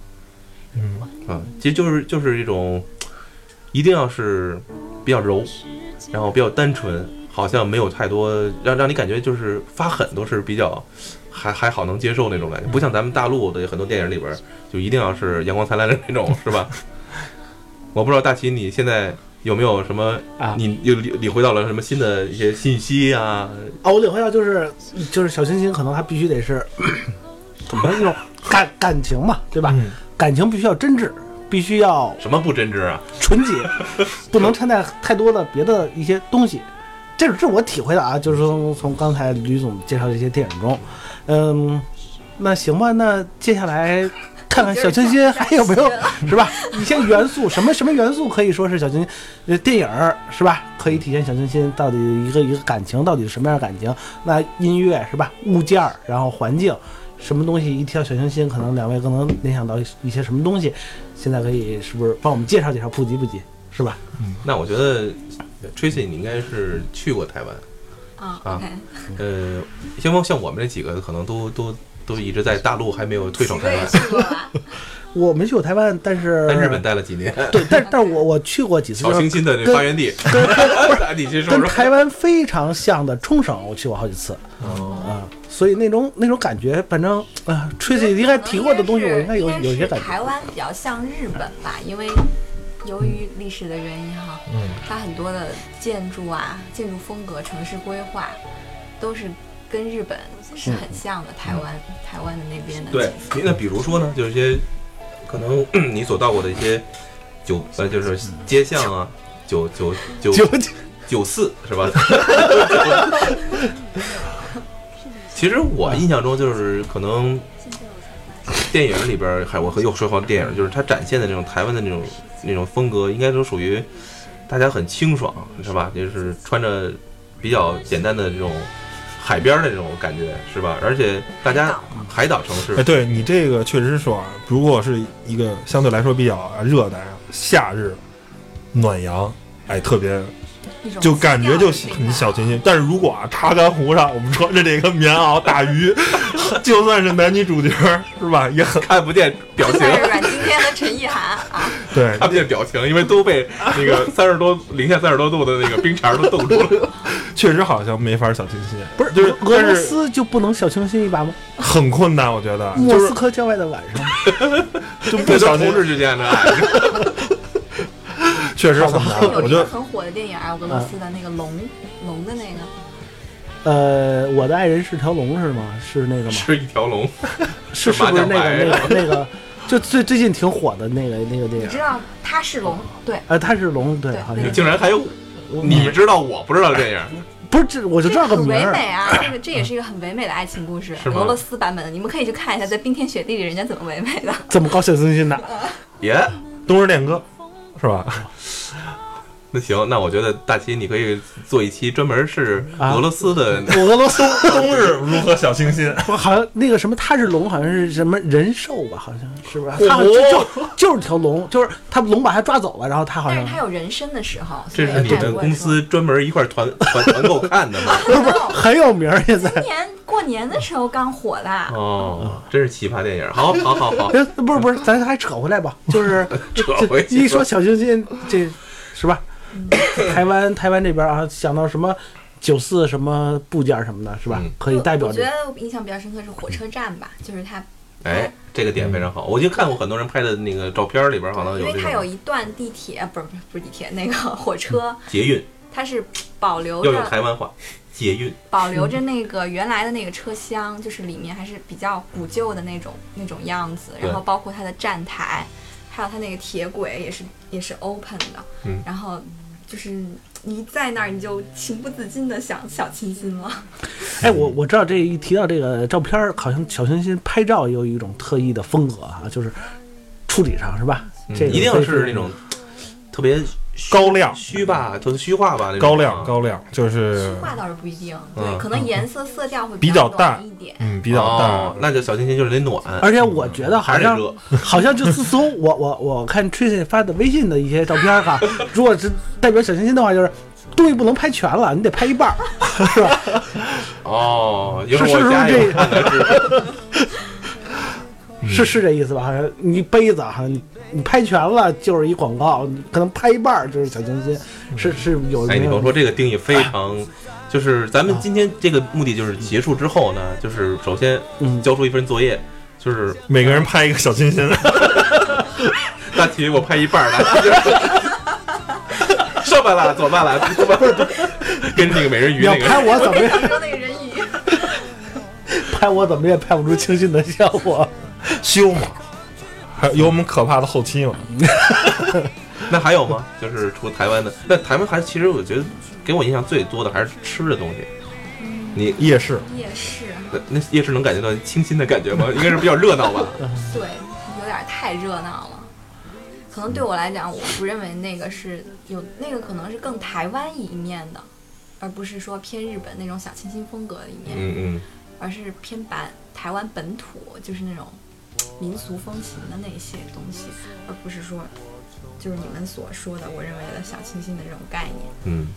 [SPEAKER 3] 嗯
[SPEAKER 2] 啊，其实就是就是一种，一定要是比较柔，然后比较单纯，好像没有太多让让你感觉就是发狠都是比较还还好能接受那种感觉，不像咱们大陆的很多电影里边儿就一定要是阳光灿烂的那种，是吧？ 我不知道大齐你现在有没有什么
[SPEAKER 5] 啊
[SPEAKER 2] 你又领领会到了什么新的一些信息啊？
[SPEAKER 5] 啊，我领会到就是就是小清新可能还必须 得是怎么说那种感感情嘛，对吧？
[SPEAKER 3] 嗯
[SPEAKER 5] 感情必须要真挚，必须要
[SPEAKER 2] 什么不真挚啊？
[SPEAKER 5] 纯洁，不能掺带太多的别的一些东西。这是这是我体会的啊，就是说从刚才吕总介绍这些电影中，嗯，那行吧，那接下来看看小清新还有没有是吧？一些元素，什么什么元素可以说是小清新，呃，电影儿是吧？可以体现小清新到底一个一个感情到底是什么样的感情？那音乐是吧？物件儿，然后环境，什么东西？一提到小清新，可能两位更能联想到一些什么东西？现在可以是不是帮我们介绍介绍，普及普及，是吧？
[SPEAKER 2] 那我觉得 Tracy 你应该是去过台湾，
[SPEAKER 4] 啊
[SPEAKER 2] 啊
[SPEAKER 4] o k
[SPEAKER 2] 呃，像我像我们这几个可能都都都一直在大陆还没有退守
[SPEAKER 4] 几
[SPEAKER 2] 台
[SPEAKER 4] 个也
[SPEAKER 2] 湾，
[SPEAKER 4] 去过了，
[SPEAKER 5] 我没去过台湾，但是
[SPEAKER 2] 在日本待了几年，
[SPEAKER 5] 对，但但是我我去过几次，
[SPEAKER 2] 小
[SPEAKER 5] 就
[SPEAKER 2] 清
[SPEAKER 5] 是
[SPEAKER 2] 新的这发源地。 你先说
[SPEAKER 5] 跟
[SPEAKER 2] 说。
[SPEAKER 5] 台湾非常像的冲绳，我去过好几次
[SPEAKER 2] 哦，
[SPEAKER 5] 啊、所以那种那种感觉，反正啊，吹起应该提过的东西，我应该有有一些感
[SPEAKER 4] 应该是
[SPEAKER 5] 觉。
[SPEAKER 4] 台湾比较像日本吧，因为由于历史的原因哈，
[SPEAKER 3] 嗯，
[SPEAKER 4] 它很多的建筑啊、建筑风格、城市规划都是跟日本是
[SPEAKER 5] 嗯
[SPEAKER 4] 很像的。台湾、台湾的那边的
[SPEAKER 2] 对，那比如说呢，就是一些可能 你所到过的一些酒，呃，就是街巷啊，酒酒酒
[SPEAKER 5] 就
[SPEAKER 2] 九四是吧？ 其实我印象中就是可能
[SPEAKER 6] 现在我才发现。
[SPEAKER 2] 电影里边儿，还我和又说好电影，就是它展现的那种台湾的那种那种风格，应该都属于大家很清爽，是吧？就是穿着比较简单的这种海边儿的这种感觉，是吧？而且大
[SPEAKER 4] 海
[SPEAKER 2] 家
[SPEAKER 4] 岛
[SPEAKER 2] 海岛啊城市
[SPEAKER 3] 哎，，对你这个确实说啊，如果是一个相对来说比较热带啊夏日暖阳，哎，特别
[SPEAKER 4] 一种
[SPEAKER 3] 就感觉就很小
[SPEAKER 4] 清
[SPEAKER 3] 清新。但是如果啊，查干湖上我们穿着这个棉袄打鱼， 就算是男女主角是吧，也很
[SPEAKER 2] 看不见表情
[SPEAKER 4] 但。是阮经天和陈意涵啊，
[SPEAKER 3] 对
[SPEAKER 2] 他，们的表情，因为都被那个三十多零下三十多度的那个冰碴儿都冻住了。
[SPEAKER 3] 确实好像没法小清新，
[SPEAKER 5] 不是，
[SPEAKER 3] 就是
[SPEAKER 5] 俄罗
[SPEAKER 3] 但是
[SPEAKER 5] 斯就不能小清新一把吗？
[SPEAKER 3] 很困难，我觉哎得
[SPEAKER 5] 莫
[SPEAKER 3] 就
[SPEAKER 5] 斯
[SPEAKER 3] 是
[SPEAKER 5] 科郊外的晚上，
[SPEAKER 3] 就
[SPEAKER 2] 这
[SPEAKER 3] 不
[SPEAKER 2] 都
[SPEAKER 3] 小
[SPEAKER 2] 是
[SPEAKER 3] 清
[SPEAKER 2] 同，志之间的哎 爱，
[SPEAKER 3] 确实很难。
[SPEAKER 4] 有
[SPEAKER 3] 啊我觉
[SPEAKER 4] 一个
[SPEAKER 3] 得
[SPEAKER 4] 很火的电影啊，俄罗斯的那个龙龙的那个，
[SPEAKER 5] 呃，我的爱人是条龙是吗？是那个吗？
[SPEAKER 2] 是一条龙。
[SPEAKER 5] 是
[SPEAKER 2] 是
[SPEAKER 5] 是
[SPEAKER 2] 麻
[SPEAKER 5] 不是
[SPEAKER 2] 将
[SPEAKER 5] 那
[SPEAKER 2] 牌
[SPEAKER 5] 个那个那个，就最最近挺火的那个那个电
[SPEAKER 3] 啊
[SPEAKER 4] 你知
[SPEAKER 5] 影？
[SPEAKER 4] 道他是龙，对，
[SPEAKER 5] 呃，他是龙，对，
[SPEAKER 4] 对
[SPEAKER 5] 好
[SPEAKER 4] 那
[SPEAKER 5] 像
[SPEAKER 4] 个
[SPEAKER 2] 竟然还有你们知道我不知道的电影，
[SPEAKER 5] 不是这，我就
[SPEAKER 4] 这
[SPEAKER 5] 知道
[SPEAKER 4] 个
[SPEAKER 5] 个
[SPEAKER 4] 很
[SPEAKER 5] 名
[SPEAKER 4] 唯
[SPEAKER 5] 儿。
[SPEAKER 4] 美啊，这个这也是一个很唯美的爱情故事，
[SPEAKER 2] 是吗
[SPEAKER 4] 俄罗斯版本的，你们可以去看一下，在冰天雪地里人家怎么唯美的。
[SPEAKER 5] 这么高小清新的，
[SPEAKER 2] 耶、
[SPEAKER 3] 冬日恋歌是吧？
[SPEAKER 2] 那行，那我觉得大齐你可以做一期专门是
[SPEAKER 5] 啊
[SPEAKER 2] 俄罗斯的，
[SPEAKER 5] 我俄罗斯
[SPEAKER 3] 冬日 如何小清新？
[SPEAKER 5] 我好像那个什么，他是龙，好像是什么人兽吧，好像是吧？
[SPEAKER 2] 哦
[SPEAKER 5] 他就就就是条龙，就是他龙把他抓走了，然后他好
[SPEAKER 4] 但
[SPEAKER 5] 像
[SPEAKER 4] 是 他有人参的时候，
[SPEAKER 2] 这
[SPEAKER 4] 所以
[SPEAKER 2] 是你
[SPEAKER 4] 看
[SPEAKER 2] 们
[SPEAKER 4] 过
[SPEAKER 2] 公司专门一块儿团团团购看的吗？
[SPEAKER 4] 是 吧。
[SPEAKER 5] 很有名儿现在
[SPEAKER 4] 今。年过年的时候刚火的，
[SPEAKER 2] 哦，真是奇葩电影，好好好好，
[SPEAKER 5] 哎，不是不是，咱还扯回来吧，就是
[SPEAKER 2] 扯
[SPEAKER 5] 这
[SPEAKER 2] 回去吧
[SPEAKER 5] 一说小清新，这是吧？台湾台湾这边啊，想到什么九四什么部件什么的，是吧
[SPEAKER 2] 嗯？
[SPEAKER 5] 可以代表
[SPEAKER 4] 我
[SPEAKER 5] 这
[SPEAKER 4] 觉
[SPEAKER 5] 个
[SPEAKER 4] 得我印象比较深刻是火车站吧，就是他，
[SPEAKER 2] 哎，这个点非常好，我已经看过很多人拍的那个照片，里边好像
[SPEAKER 4] 因
[SPEAKER 2] 有
[SPEAKER 4] 为
[SPEAKER 2] 这
[SPEAKER 4] 他有
[SPEAKER 2] 种
[SPEAKER 4] 一段地铁，不是不是不是地铁，那个火车，
[SPEAKER 2] 捷运，
[SPEAKER 4] 它是保留
[SPEAKER 2] 要用
[SPEAKER 4] 着
[SPEAKER 2] 台湾话，捷运，
[SPEAKER 4] 保留着那个原来的那个车厢，就是里面还是比较古旧的那种那种样子，
[SPEAKER 2] 对
[SPEAKER 4] 然后包括它的站台，还有它那个铁轨也是也是 open 的，
[SPEAKER 2] 嗯
[SPEAKER 4] 然后就是你一在那儿你就情不自禁的想小清新了，
[SPEAKER 5] 哎，我我知道这一提到这个照片儿，好像小清新拍照也有一种特异的风格啊，就是处理上是吧？
[SPEAKER 2] 嗯
[SPEAKER 5] 这个
[SPEAKER 2] 一定
[SPEAKER 5] 可以
[SPEAKER 2] 是那种特别 虚
[SPEAKER 3] 高亮
[SPEAKER 2] 虚吧，就是虚化吧，那种
[SPEAKER 3] 高
[SPEAKER 2] 啊
[SPEAKER 3] 亮高亮就是
[SPEAKER 4] 话倒是不一定，
[SPEAKER 2] 嗯
[SPEAKER 4] 对，可能颜色色调会
[SPEAKER 3] 比较
[SPEAKER 4] 淡
[SPEAKER 3] 淡
[SPEAKER 4] 一点，
[SPEAKER 3] 嗯比较
[SPEAKER 2] 哦
[SPEAKER 3] 淡，
[SPEAKER 2] 那就小清新就是得暖，
[SPEAKER 5] 而且我觉得
[SPEAKER 2] 嗯
[SPEAKER 5] 好
[SPEAKER 2] 还是得
[SPEAKER 5] 像
[SPEAKER 2] 热，
[SPEAKER 5] 好像就自从我我我看 Tracy 发的微信的一些照片儿哈，如果是代表小清新的话，就是东西不能拍全了，你得拍一半儿，是吧？
[SPEAKER 2] 哦，一会儿
[SPEAKER 5] 是是
[SPEAKER 2] 我
[SPEAKER 5] 不是
[SPEAKER 2] 家有
[SPEAKER 5] 这
[SPEAKER 2] 看看是嗯
[SPEAKER 5] 是是这意思吧？好像你杯子哈，你你拍全了就是一广告，你可能拍一半儿就是小清新，是是有
[SPEAKER 2] 哎，
[SPEAKER 5] 没
[SPEAKER 2] 你甭
[SPEAKER 5] 有？
[SPEAKER 2] 说这个定义非常， 就是咱们今天这个目的就是结束之后呢，就是首先
[SPEAKER 5] 嗯
[SPEAKER 2] 交出一份作业，就是
[SPEAKER 3] 每个人拍一个小清新，
[SPEAKER 2] 大题我拍一半儿， 大题就是上半拉左半拉右半拉，跟那个美人鱼
[SPEAKER 5] 你要
[SPEAKER 2] 那
[SPEAKER 5] 拍
[SPEAKER 2] 个
[SPEAKER 5] 我怎么也
[SPEAKER 4] 看到那个人鱼，
[SPEAKER 5] 拍我怎么也拍不出清新的效果。
[SPEAKER 3] 修嘛，还有我们可怕的后期嘛，
[SPEAKER 2] 那还有吗？就是除台湾的，那台湾还其实我觉得给我印象最多的还是吃的东西。你
[SPEAKER 3] 夜市
[SPEAKER 4] 也是，
[SPEAKER 2] 那那夜市能感觉到清新的感觉 吗？应该是比较热闹吧。
[SPEAKER 4] 对，有点太热闹了。可能对我来讲，我不认为那个是有那个可能是更台湾一面的，而不是说偏日本那种小清新风格的一面，
[SPEAKER 2] 嗯嗯。
[SPEAKER 4] 而是偏版台湾本土，就是那种民俗风情的那些东西，而不是说就是你们所说的我认为的小清新的这种概念。
[SPEAKER 2] 嗯，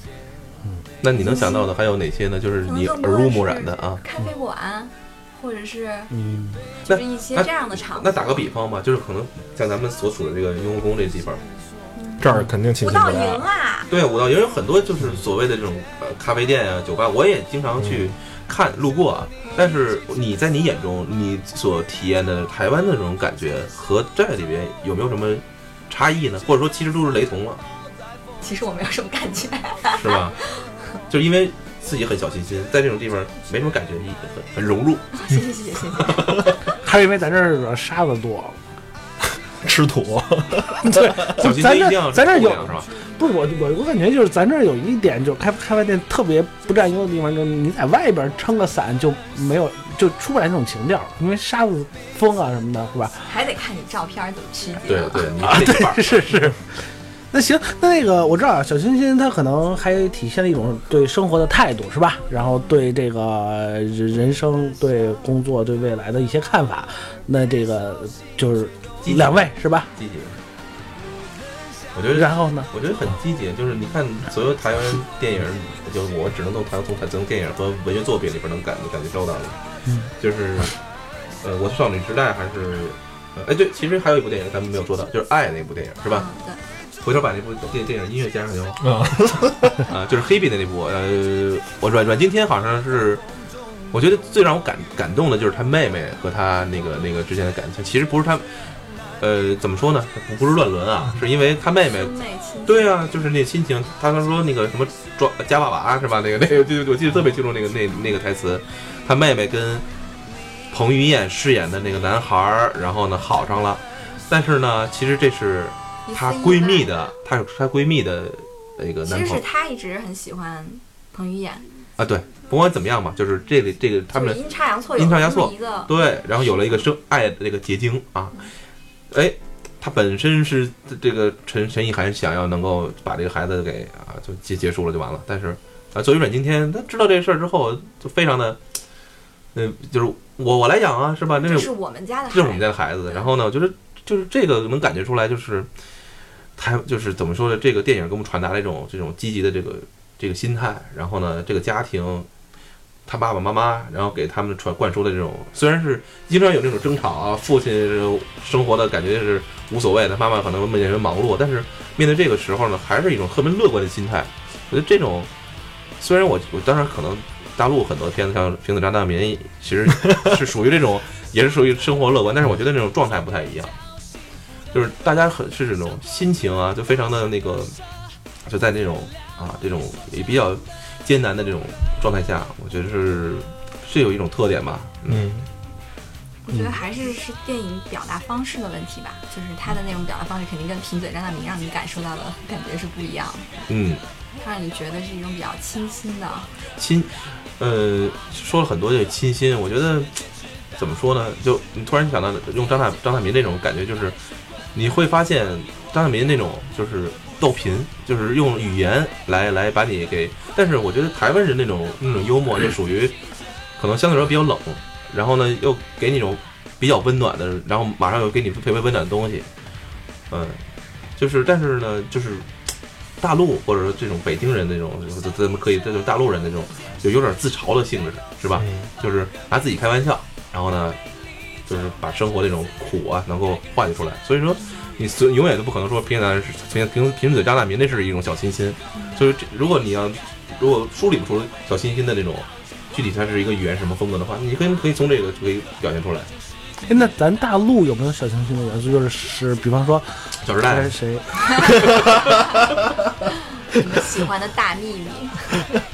[SPEAKER 2] 那你能想到的还有哪些呢？就是
[SPEAKER 4] 可能
[SPEAKER 2] 你耳
[SPEAKER 4] 更多
[SPEAKER 2] 濡
[SPEAKER 4] 的
[SPEAKER 2] 目
[SPEAKER 4] 是
[SPEAKER 2] 染的啊。
[SPEAKER 4] 咖啡馆，或者是
[SPEAKER 5] 嗯，
[SPEAKER 4] 就是一些
[SPEAKER 2] 那
[SPEAKER 4] 这样的场
[SPEAKER 2] 啊那
[SPEAKER 4] 合，
[SPEAKER 2] 打个比方吧，就是可能像咱们所处的这个雍和宫这地方，
[SPEAKER 3] 这儿肯定清
[SPEAKER 4] 舞
[SPEAKER 3] 新不
[SPEAKER 4] 蹈
[SPEAKER 3] 了
[SPEAKER 4] 营。啊，
[SPEAKER 2] 对五道营有很多就是所谓的这种呃咖啡店啊、酒吧，我也经常
[SPEAKER 5] 嗯
[SPEAKER 2] 去看路过啊。但是你在你眼中，你所体验的台湾的这种感觉和这里边有没有什么差异呢？或者说其实都是雷同了，啊
[SPEAKER 4] 其实我没有什么感 觉。
[SPEAKER 2] 是吧？就是因为自己很小清新，在这种地方没什么感觉，一很很融入。
[SPEAKER 4] 谢谢谢谢谢谢。
[SPEAKER 5] 还是因为咱这儿主要沙子多。
[SPEAKER 3] 吃土，
[SPEAKER 5] 对，
[SPEAKER 2] 小清
[SPEAKER 5] 咱
[SPEAKER 2] 新
[SPEAKER 5] 咱
[SPEAKER 2] 一定
[SPEAKER 5] 这
[SPEAKER 2] 要
[SPEAKER 5] 咱这
[SPEAKER 2] 重
[SPEAKER 5] 有
[SPEAKER 2] 量是吧？
[SPEAKER 5] 不是我我我感觉就是咱这儿有一点，就是开开饭店特别不占优的地方，就是你在外边撑个伞就没有就出不来那种情调，因为沙子风啊什么的，是吧？
[SPEAKER 4] 还得看你照片儿怎么区别。啊
[SPEAKER 2] 对对，你这一半儿。
[SPEAKER 5] 啊 是是。那行，那那个我知道啊，小清新它可能还体现了一种对生活的态度，是吧？然后对这个呃人生、对工作、对未来的一些看法。那这个就是
[SPEAKER 2] 积极
[SPEAKER 5] 两位是吧？
[SPEAKER 2] 积极。我觉得，
[SPEAKER 5] 然后呢？
[SPEAKER 2] 我觉得很积极，就是你看所有台湾电影，就我只能从台从台从电影和文学作品里边能感感觉到的，
[SPEAKER 5] 嗯
[SPEAKER 2] 就是，呃，我的少女时代还是哎，对，其实还有一部电影咱们没有说到，就是《爱》那部电影，是吧？
[SPEAKER 4] 嗯，对，
[SPEAKER 2] 回头把那部电电影音乐加上去吧。
[SPEAKER 3] 嗯，
[SPEAKER 2] 啊，就是黑 e 的那部，呃，我阮阮经天好像是，我觉得最让我感感动的就是他妹妹和他那个那个之间的感情，其实不是他，呃，怎么说呢？不不是乱伦啊，是因为他妹妹
[SPEAKER 4] 兄妹亲，
[SPEAKER 2] 对啊，就是那亲情，他他说那个什么抓夹娃娃是吧？那个那个，就我记得特别清楚那个那那个台词，他妹妹跟彭于晏饰演的那个男孩儿，然后呢好上了，但是呢，其实这是
[SPEAKER 4] 一
[SPEAKER 2] 她
[SPEAKER 4] 丝一
[SPEAKER 2] 闺蜜
[SPEAKER 4] 脉，
[SPEAKER 2] 的，她有她闺蜜的那个
[SPEAKER 4] 其
[SPEAKER 2] 男
[SPEAKER 4] 实
[SPEAKER 2] 朋
[SPEAKER 4] 是
[SPEAKER 2] 友
[SPEAKER 4] 她一直很喜欢彭于晏，
[SPEAKER 2] 啊，对，不管怎么样吧，就是这个这个他
[SPEAKER 4] 就是
[SPEAKER 2] 们
[SPEAKER 4] 阴差阳错有
[SPEAKER 2] 阴差
[SPEAKER 4] 这
[SPEAKER 2] 阳
[SPEAKER 4] 么
[SPEAKER 2] 错
[SPEAKER 4] 一个
[SPEAKER 2] 对，然后有了一个生爱的这个结晶啊，哎。她本身是这个陈陈意涵想要能够把这个孩子给啊就结结束了就完了，但是啊，作为阮经天，他知道这事儿之后，就非常的，呃，就是我我来讲啊，是吧？那
[SPEAKER 4] 这
[SPEAKER 2] 是
[SPEAKER 4] 是我们家的
[SPEAKER 2] 这是
[SPEAKER 4] 孩子，
[SPEAKER 2] 我们家的孩子。然后呢，我觉得就是这个能感觉出来，就是他就是怎么说呢？这个电影给我们传达了一种这种积极的这个这个心态。然后呢，这个家庭，他爸爸妈妈，然后给他们传灌输的这种，虽然是经常有那种争吵啊，父亲是生活的感觉是无所谓的，妈妈可能每天忙碌，但是面对这个时候呢，还是一种特别乐观的心态。我觉得这种，虽然我我当然可能大陆很多片子像《平子渣大民》，其实 是属于这种，也是属于生活乐观，但是我觉得那种状态不太一样，就是大家很是这种心情啊，就非常的那个，就在那种啊这种也比较艰难的这种状态下，我觉得是是有一种特点吧，嗯，
[SPEAKER 3] 嗯，
[SPEAKER 4] 我觉得还是是电影表达方式的问题吧，就是他的那种表达方式肯定跟《贫嘴张大民》让你感受到的感觉是不一样的，
[SPEAKER 2] 嗯
[SPEAKER 4] 它让你觉得是一种比较清新的，
[SPEAKER 2] 亲，呃，说了很多这个亲心，我觉得怎么说呢？就你突然想到用张大张大民那种感觉，就是你会发现张大民那种就是逗贫，就是用语言来来把你给。但是我觉得台湾人那种那种幽默，就属于可能相对来说比较冷，然后呢又给你一种比较温暖的，然后马上又给你特别温暖的东西，嗯，就是但是呢就是。大陆或者说这种北京人那种，咱咱们可以这种大陆人那种，就有点自嘲的性质，是吧？
[SPEAKER 5] 嗯
[SPEAKER 2] 就是拿自己开玩笑，然后呢，就是把生活这种苦啊能够化解出来。所以说，你所永远都不可能说平南是平平平嘴张大民，那是一种小清新。所以这如果你要如果梳理不出小清新的那种具体它是一个语言什么风格的话，你可以可以从这个就可以表现出来。
[SPEAKER 5] 哎，那咱大陆有没有小清新的元素？就是是，比方说
[SPEAKER 2] 《小时代
[SPEAKER 5] 谁》谁，
[SPEAKER 4] 你喜欢的大秘密。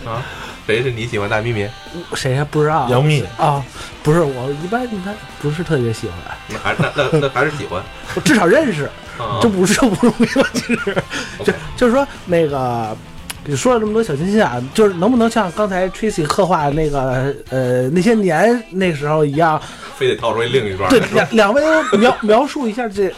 [SPEAKER 2] 啊，谁是你喜欢大咪咪？
[SPEAKER 5] 谁还不知道？
[SPEAKER 3] 杨幂
[SPEAKER 5] 啊，不是，我一般一般不是特别喜欢，
[SPEAKER 2] 那还那那那还是喜欢
[SPEAKER 5] 我至少认识，
[SPEAKER 3] 哦
[SPEAKER 2] 啊
[SPEAKER 5] 这不是这不容易了，其实。就
[SPEAKER 2] OK
[SPEAKER 5] 就是说那个。你说了这么多小清新啊，就是能不能像刚才 Tracy 刻画那个呃那些年那时候一样，
[SPEAKER 2] 非得套出另一段
[SPEAKER 5] 对
[SPEAKER 2] 来说
[SPEAKER 5] 两两位都描描述一下这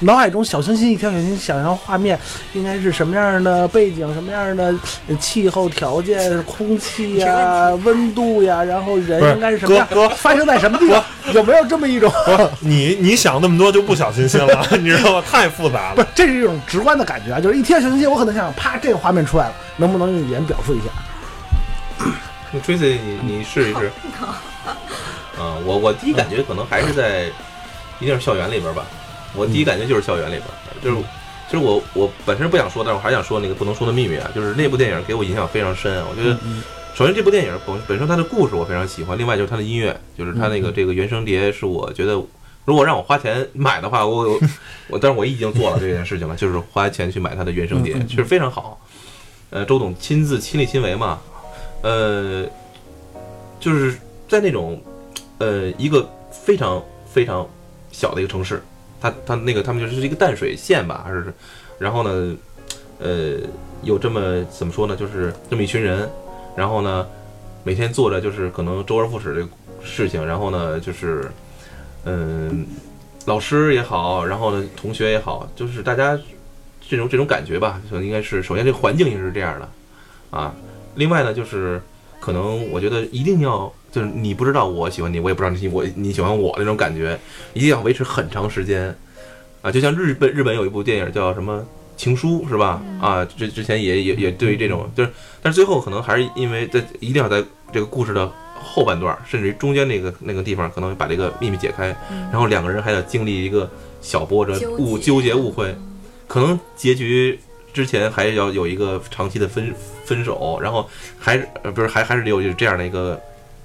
[SPEAKER 5] 脑海中小清新一条小清新想象画面应该是什么样的背景，什么样的呃气候条件、空气呀、温度呀、然后人
[SPEAKER 3] 不是
[SPEAKER 5] 应该是什么样
[SPEAKER 3] 哥，
[SPEAKER 5] 发生在什么地方，有没有这么一种？
[SPEAKER 3] 你你想那么多就不小清新了， 你知道吗？太复杂
[SPEAKER 5] 不
[SPEAKER 3] 了。
[SPEAKER 5] 是，这是一种直观的感觉啊，就是一听小清新，我可能想啪这个画面出来了，能不能用语言表述一下？
[SPEAKER 2] 那 Tracy，你你试一试。啊，我我第一感觉可能还是在，一定是校园里边儿吧。我第一感觉就是校园里边儿，就是就是我我本身不想说，但是我还想说那个不能说的秘密啊，就是那部电影给我影响非常深啊。我觉得，首先这部电影本本身它的故事我非常喜欢，另外就是它的音乐，就是它那个这个原声碟是我觉得。如果让我花钱买的话，我我我，但是我已经做了这件事情了，就是花钱去买它的原声碟，其实非常好。呃，周董亲自亲力亲为嘛，呃，就是在那种呃一个非常非常小的一个城市，它它那个他们就是一个淡水县吧，还是然后呢，呃，有这么怎么说呢，就是这么一群人，然后呢，每天做着就是可能周而复始的事情，然后呢就是嗯、老师也好，然后呢同学也好，就是大家这种这种感觉吧，就应该是首先这个环境也是这样的啊，另外呢就是。可能我觉得一定要就是你不知道我喜欢你，我也不知道你我你喜欢我那种感觉，一定要维持很长时间啊！就像日本日本有一部电影叫什么《情书》是吧？啊，之之前也也也对于这种就是，但是最后可能还是因为在一定要在这个故事的后半段，甚至于中间那个那个地方，可能把这个秘密解开，
[SPEAKER 4] 嗯
[SPEAKER 2] 然后两个人还得经历一个小波折、
[SPEAKER 4] 纠结啊
[SPEAKER 2] 误纠结、误会，可能结局之前还要有一个长期的分分手，然后还是呃不是还还是有这样的一个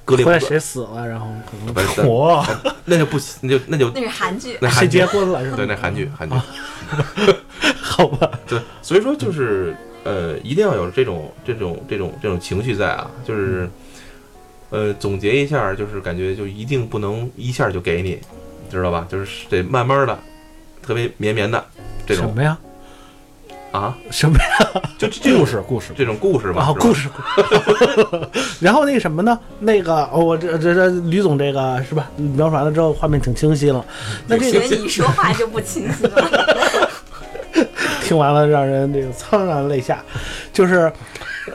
[SPEAKER 2] 割裂
[SPEAKER 5] 后来
[SPEAKER 2] 不
[SPEAKER 5] 谁死了，然后可能
[SPEAKER 2] 不是
[SPEAKER 3] 我
[SPEAKER 2] 那就不行，那就那就
[SPEAKER 4] 那是韩 剧，
[SPEAKER 2] 那
[SPEAKER 5] 谁
[SPEAKER 2] 韩剧
[SPEAKER 5] 结婚了是吧？
[SPEAKER 2] 对那韩剧韩剧
[SPEAKER 5] 好吧，
[SPEAKER 2] 对，所以说就是呃，一定要有这种这种这种这种情绪在啊，就是呃，总结一下，就是感觉就一定不能一下就给你，知道吧？就是得慢慢的，特别绵绵的这
[SPEAKER 5] 什
[SPEAKER 2] 种
[SPEAKER 5] 么呀？
[SPEAKER 2] 啊，
[SPEAKER 5] 什么呀？
[SPEAKER 2] 就这
[SPEAKER 3] 故
[SPEAKER 2] 种
[SPEAKER 3] 事故事
[SPEAKER 2] 这种故事吧，
[SPEAKER 5] 啊，
[SPEAKER 2] 是吧
[SPEAKER 5] 故事。 然后那个什么呢？那个哦我这这这吕总这个是吧？描述完了之后，画面挺清晰了。那这
[SPEAKER 4] 所
[SPEAKER 5] 个
[SPEAKER 4] 以你说话就不清晰了。
[SPEAKER 5] 听完了让人这个怅然泪下，就是。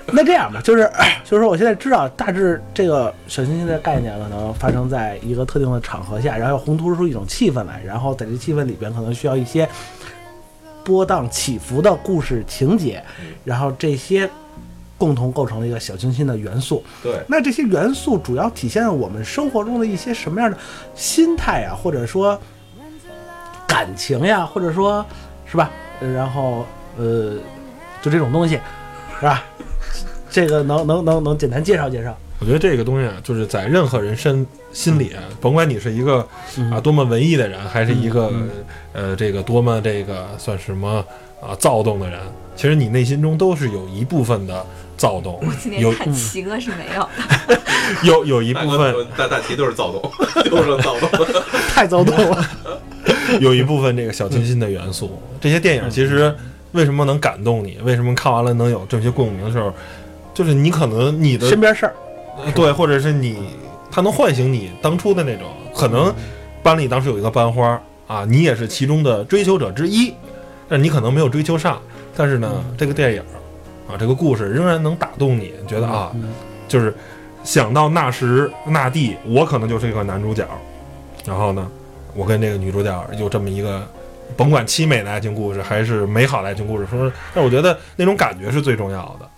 [SPEAKER 5] 那这样吧，就是 就是说，我现在知道大致这个小清新的概念可能发生在一个特定的场合下，然后要烘托出一种气氛来，然后在这气氛里边可能需要一些波荡起伏的故事情节，然后这些共同构成了一个小清新的元素。
[SPEAKER 2] 对
[SPEAKER 5] 那这些元素主要体现了我们生活中的一些什么样的心态啊，或者说感情呀、或者说是吧？呃然后呃，就这种东西，是吧？ 这个能能能能简单介绍介绍？
[SPEAKER 3] 我觉得这个东西啊，就是在任何人身心里啊，甭管你是一个啊多么文艺的人，还是一个、呃这个多么这个算什么啊躁动的人，其实你内心中都是有一部分的躁动，
[SPEAKER 4] 我今天
[SPEAKER 3] 有
[SPEAKER 4] 看齐哥是没有的，
[SPEAKER 3] 有有一部分
[SPEAKER 2] 大大齐都是躁动， 都是躁动，
[SPEAKER 5] 太躁动 了，
[SPEAKER 3] 有一部分这个小清新的元素。这些电影其实为什么能感动你？为什么看完了能有这些共鸣的时候，就是你可能你的
[SPEAKER 5] 身边事儿，
[SPEAKER 3] 对，或者是你，它能唤醒你当初的那种。可能班里当时有一个班花啊，你也是其中的追求者之一，但你可能没有追求上。但是呢，这个电影啊，这个故事仍然能打动你，觉得啊，
[SPEAKER 5] 嗯
[SPEAKER 3] 就是想到那时那地，我可能就是一个男主角。然后呢，我跟这个女主角有这么一个，甭管凄美的爱情故事还是美好的爱情故事，说，但我觉得那种感觉是最重要的，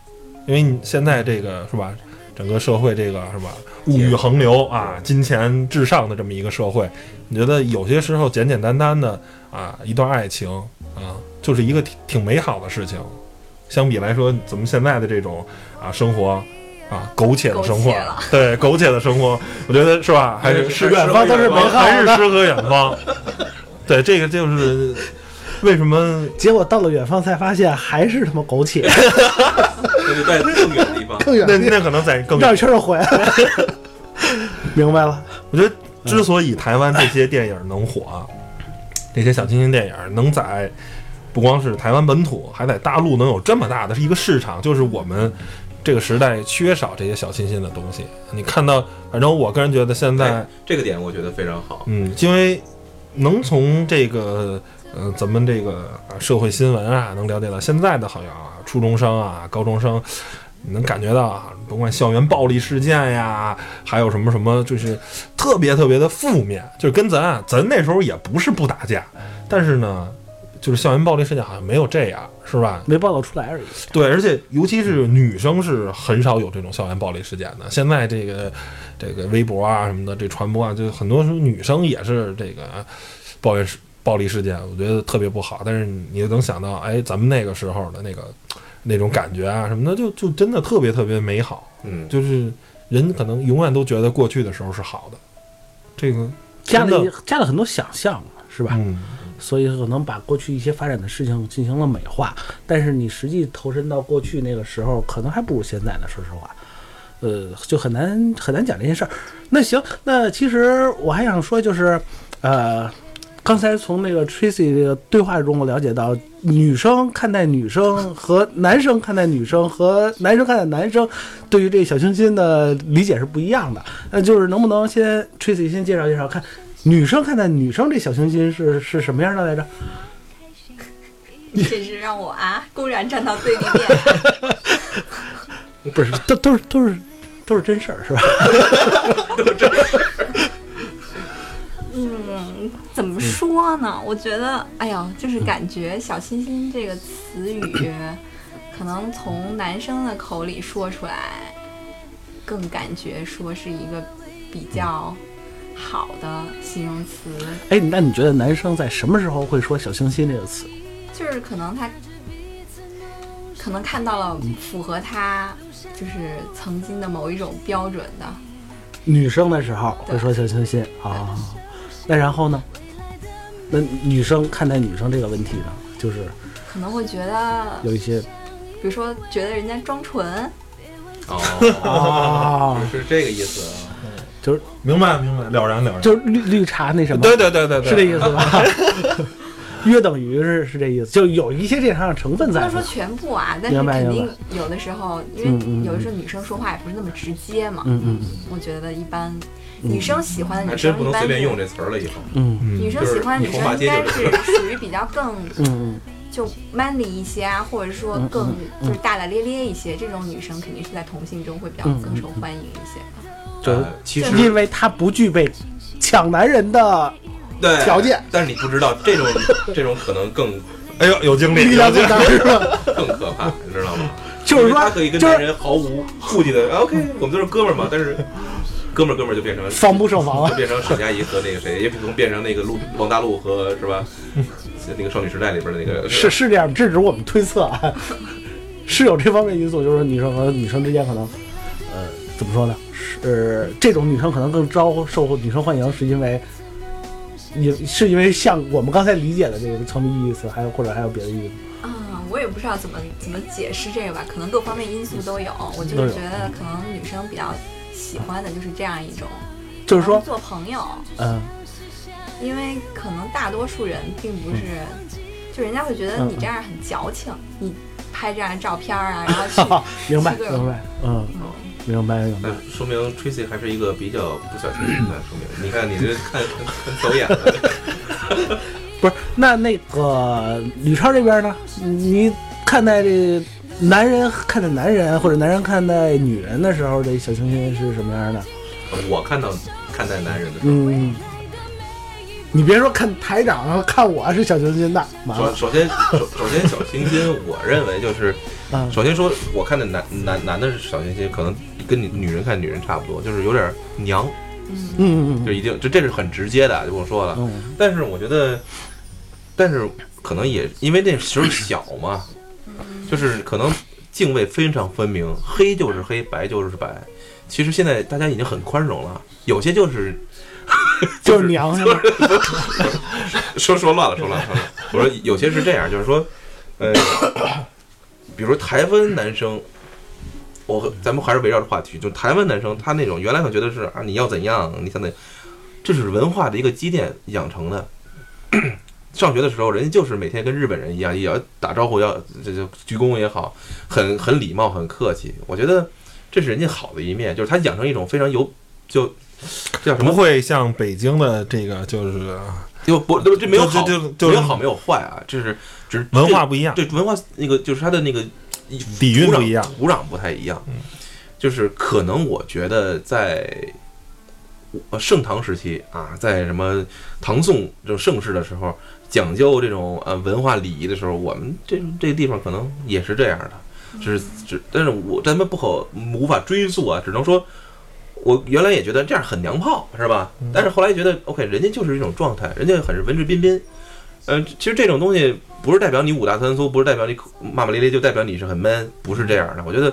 [SPEAKER 3] 因为你现在这个是吧，整个社会这个是吧，物欲横流啊，金钱至上的这么一个社会，你觉得有些时候简简单单的啊，一段爱情啊，就是一个挺挺美好的事情。相比来说，咱们现在的这种啊生活啊苟且的生活
[SPEAKER 4] 苟且了，
[SPEAKER 3] 对苟且的生活，我觉得是吧， 还是
[SPEAKER 2] 对
[SPEAKER 3] 是
[SPEAKER 2] 是
[SPEAKER 3] 远方都是美好， 还
[SPEAKER 5] 是
[SPEAKER 3] 是诗和远 方。对，这个就是为什么
[SPEAKER 5] 结果到了远方才发现还是他妈苟 且，
[SPEAKER 2] 那就在更远的 地方。
[SPEAKER 5] 更远
[SPEAKER 3] 那那可能在更
[SPEAKER 5] 绕一圈就回来 了。明白了，
[SPEAKER 3] 我觉得之所以台湾这些电影能火 啊，这些小清新电影能在不光是台湾本土，还在大陆能有这么大的一个市场，就是我们这个时代缺少这些小清新的东西。你看到，反正我个人觉得现在
[SPEAKER 2] 哎，这个点我觉得非常好。
[SPEAKER 3] 嗯，因为能从这个呃咱们这个啊社会新闻啊，能了解到现在的好像啊初中生啊、高中生，你能感觉到啊，甭管校园暴力事件呀，还有什么什么，就是特别特别的负面，就是跟咱啊，咱那时候也不是不打架，但是呢。就是校园暴力事件好像没有这样，是吧？
[SPEAKER 5] 没报道出来而已。
[SPEAKER 3] 对，而且尤其是女生是很少有这种校园暴力事件的。现在这个这个微博啊什么的，这传播啊，就很多时候女生也是这个抱怨事暴力事件，我觉得特别不好。但是你就能想到，哎，咱们那个时候的那个那种感觉啊什么的，就就真的特别特别美好。
[SPEAKER 2] 嗯，
[SPEAKER 3] 就是人可能永远都觉得过去的时候是好的，这个
[SPEAKER 5] 加
[SPEAKER 3] 真的
[SPEAKER 5] 了加了很多想象嘛，是吧？
[SPEAKER 3] 嗯，
[SPEAKER 5] 所以可能把过去一些发展的事情进行了美化，但是你实际投身到过去那个时候，可能还不如现在呢。说实话，呃，就很难很难讲这件事儿。那行，那其实我还想说，就是呃，刚才从那个 Tracy 这个对话中，我了解到，女生看待女生和男生看待女生和男生看待男生，对于这小清新的理解是不一样的。那就是能不能先 Tracy 先介绍介绍看？女生看待女生这小清新是是什么样的来着？
[SPEAKER 4] 这是让我啊公然站到对立面。
[SPEAKER 5] 不是，都都是都是都是真事儿 是吧？
[SPEAKER 4] 嗯， 怎么说呢？我觉得，哎呦，就是感觉“小清新”这个词语，可能从男生的口里说出来，更感觉说是一个比较好的形容词，
[SPEAKER 5] 哎，那你觉得男生在什么时候会说“小清新”这个词？
[SPEAKER 4] 就是可能他可能看到了符合他就是曾经的某一种标准的，
[SPEAKER 5] 女生的时候会说“小清新”啊，那然后呢？那女生看待女生这个问题呢，就是
[SPEAKER 4] 可能会觉得，
[SPEAKER 5] 有一些
[SPEAKER 4] 比如说觉得人家装纯，
[SPEAKER 5] 啊，
[SPEAKER 2] 哦是这个意思啊。
[SPEAKER 5] 就是
[SPEAKER 3] 明白明白，了然了然。
[SPEAKER 5] 就是绿绿茶那什么，
[SPEAKER 3] 对对对对对，
[SPEAKER 5] 是这意思吧？ 约等于是是这意思，就有一些这样的成分
[SPEAKER 4] 不
[SPEAKER 5] 在
[SPEAKER 4] 能说
[SPEAKER 5] 吧。
[SPEAKER 4] 全部啊，但是
[SPEAKER 5] 明白
[SPEAKER 4] 肯
[SPEAKER 5] 明
[SPEAKER 4] 定
[SPEAKER 5] 白
[SPEAKER 4] 有的时候，因
[SPEAKER 5] 嗯嗯嗯
[SPEAKER 4] 为有的时候女生说话也不是那么直接嘛，
[SPEAKER 5] 嗯嗯
[SPEAKER 4] 我觉得一般
[SPEAKER 5] 嗯
[SPEAKER 4] 女生喜欢的
[SPEAKER 2] 还
[SPEAKER 4] 女
[SPEAKER 2] 真
[SPEAKER 4] 生
[SPEAKER 2] 不
[SPEAKER 4] 一
[SPEAKER 2] 能
[SPEAKER 4] 般
[SPEAKER 2] 随
[SPEAKER 4] 是
[SPEAKER 2] 便用这词儿了，以后。
[SPEAKER 5] 嗯
[SPEAKER 4] 女生喜欢的女生应该是属于比较更
[SPEAKER 5] 嗯嗯
[SPEAKER 4] 就 manly 一些啊，或者说更就是大大咧咧一些，这种女生肯定是在同性中会比较
[SPEAKER 5] 嗯
[SPEAKER 4] 更受欢迎一些的。
[SPEAKER 5] 对
[SPEAKER 2] 呃，其
[SPEAKER 5] 嗯，因
[SPEAKER 2] 实
[SPEAKER 5] 为他不具备抢男人的
[SPEAKER 2] 对
[SPEAKER 5] 条件，
[SPEAKER 2] 但是你不知道这种这种可能更
[SPEAKER 3] 哎呦，有经历，
[SPEAKER 5] 力
[SPEAKER 3] 有
[SPEAKER 5] 量
[SPEAKER 3] 经
[SPEAKER 5] 更大，
[SPEAKER 3] 历。
[SPEAKER 5] 是 吧？
[SPEAKER 2] 更可怕，你知道吗？
[SPEAKER 5] 就是
[SPEAKER 2] 因为
[SPEAKER 5] 说
[SPEAKER 2] 他可以，跟
[SPEAKER 5] 就
[SPEAKER 2] 男
[SPEAKER 5] 是
[SPEAKER 2] 人毫无顾忌的、啊、，OK，我们都是哥们儿嘛。但是哥们儿哥们儿就变成
[SPEAKER 5] 防不胜防
[SPEAKER 2] 就
[SPEAKER 5] 啊。
[SPEAKER 2] 变成沈佳宜和那个谁，也可能变成那个陆王大陆和是吧？那个少女时代里边的那个
[SPEAKER 5] 是是这样，这只是我们推测啊，是有这方面因素，就是说女生和女生之间可能，呃，怎么说呢？是、这种女生可能更招受女生欢迎，是因为，也是因为像我们刚才理解的这个层面意思，还有或者还有别的意思。
[SPEAKER 4] 嗯，我也不知道怎么怎么解释这个吧，可能各方面因素都有。我就
[SPEAKER 5] 都有
[SPEAKER 4] 是觉得可能女生比较喜欢的就是这样一种，
[SPEAKER 5] 就是说，
[SPEAKER 4] 做朋友，
[SPEAKER 5] 嗯、
[SPEAKER 4] 因为可能大多数人并不是，就人家会觉得你这样很矫情，你拍这样的照片啊，然后去
[SPEAKER 5] 哈明白
[SPEAKER 4] 是的
[SPEAKER 5] 明白，嗯，明白明白
[SPEAKER 2] 那。说明 Tracy 还是一个比较不小心的，那说明你看你这看看看走眼了，
[SPEAKER 5] 不是，那那个吕超这边呢？你看待这男人看待男人，或者男人看待女人的时候，这小清新是什么样的？
[SPEAKER 2] 我看到看待男人的时候，
[SPEAKER 5] 嗯，你别说看台长，然后看我是小清新的，完
[SPEAKER 2] 首
[SPEAKER 5] 了
[SPEAKER 2] 首先首首先小清新，我认为就是
[SPEAKER 5] 啊，
[SPEAKER 2] 首先说，我看的男男男的小清新，可能跟你女人看女人差不多，就是有点娘，
[SPEAKER 5] 嗯嗯
[SPEAKER 2] 就一定这这是很直接的，就不用说了。
[SPEAKER 5] 嗯嗯，
[SPEAKER 2] 但是我觉得，但是可能也因为那时候小嘛，就是可能泾渭非常分明，黑就是黑，白就是白。其实现在大家已经很宽容了，有些就是
[SPEAKER 5] 就是娘是吧？
[SPEAKER 2] 说说乱了，说 乱了，说乱了。我说有些是这样，就是说，呃，比如说台湾男生，我咱们还是围绕着话题，就台湾男生他那种原来我觉得是啊，你要怎样，你想怎样，这是文化的一个积淀养成的。 上学的时候，人家就是每天跟日本人一样，也要打招呼，要这这鞠躬也好，很很礼貌，很客气。我觉得这是人家好的一面，就是他养成一种非常有就这叫
[SPEAKER 3] 不
[SPEAKER 2] 什么？
[SPEAKER 3] 会像北京的这个就是
[SPEAKER 2] 就不这没有好，
[SPEAKER 3] 就就就
[SPEAKER 2] 没有好没有坏啊，这是只是
[SPEAKER 3] 文化不一样，
[SPEAKER 2] 对文化那个就是它的那个
[SPEAKER 3] 底蕴
[SPEAKER 2] 土壤
[SPEAKER 3] 不一样，嗯
[SPEAKER 2] 土壤不太一样。就是可能我觉得在呃盛唐时期啊，在什么唐宋这种盛世的时候，讲究这种呃文化礼仪的时候，我们这这个地方可能也是这样的，只是只但是我咱们不可无法追溯啊，只能说。我原来也觉得这样很娘炮，是吧？
[SPEAKER 3] 嗯
[SPEAKER 2] 但是后来觉得，OK，人家就是一种状态，人家很是文质彬彬。嗯、其实这种东西不是代表你五大三粗，不是代表你骂骂咧咧，就代表你是很 man，不是这样的。我觉得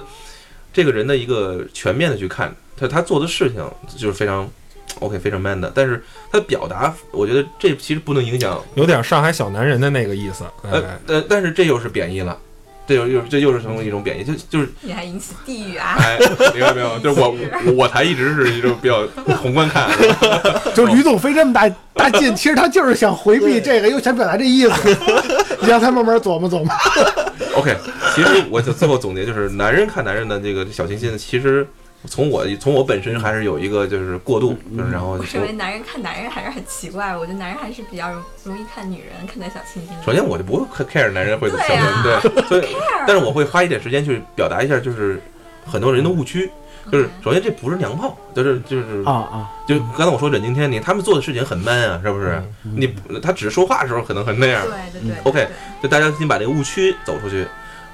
[SPEAKER 2] 这个人的一个全面的去看他他做的事情就是非常 OK 非常 man 的，但是他表达，我觉得这其实不能影响，
[SPEAKER 3] 有点上海小男人的那个意思。
[SPEAKER 2] 呃
[SPEAKER 3] 哎，
[SPEAKER 2] 但但是这又是贬义了。这又又这又是成一种贬义，就就是
[SPEAKER 4] 你还引起地域啊，
[SPEAKER 2] 哎，明白没有？就是我我我台一直是一种比较宏观看，
[SPEAKER 5] 就是吕总费这么大大 劲，其实他就是想回避这个，又想表达这意 思，你让他慢慢琢磨琢磨。
[SPEAKER 2] OK，其实我就最后总结就是，男人看男人的这个小清新，其实从我从我本身还是有一个就是过渡，就是然后
[SPEAKER 4] 我
[SPEAKER 2] 从
[SPEAKER 4] 认为男人看男人还是很奇怪，我觉得男人还是比较容容易看女人，看待小清新。
[SPEAKER 2] 首先我就不会 care 男人会怎么样，
[SPEAKER 4] 对啊
[SPEAKER 2] 对，所以
[SPEAKER 4] ，care
[SPEAKER 2] 但是我会花一点时间去表达一下，就是很多人的误区，
[SPEAKER 4] 嗯
[SPEAKER 2] 就是首先这不是娘炮，就是就是
[SPEAKER 5] 啊啊，
[SPEAKER 2] 就刚才我说忍经天你他们做的事情很 man 啊，是不是？你不他只是说话的时候可能很那样
[SPEAKER 4] 对，对对对
[SPEAKER 2] OK，就大家先把这个误区走出去。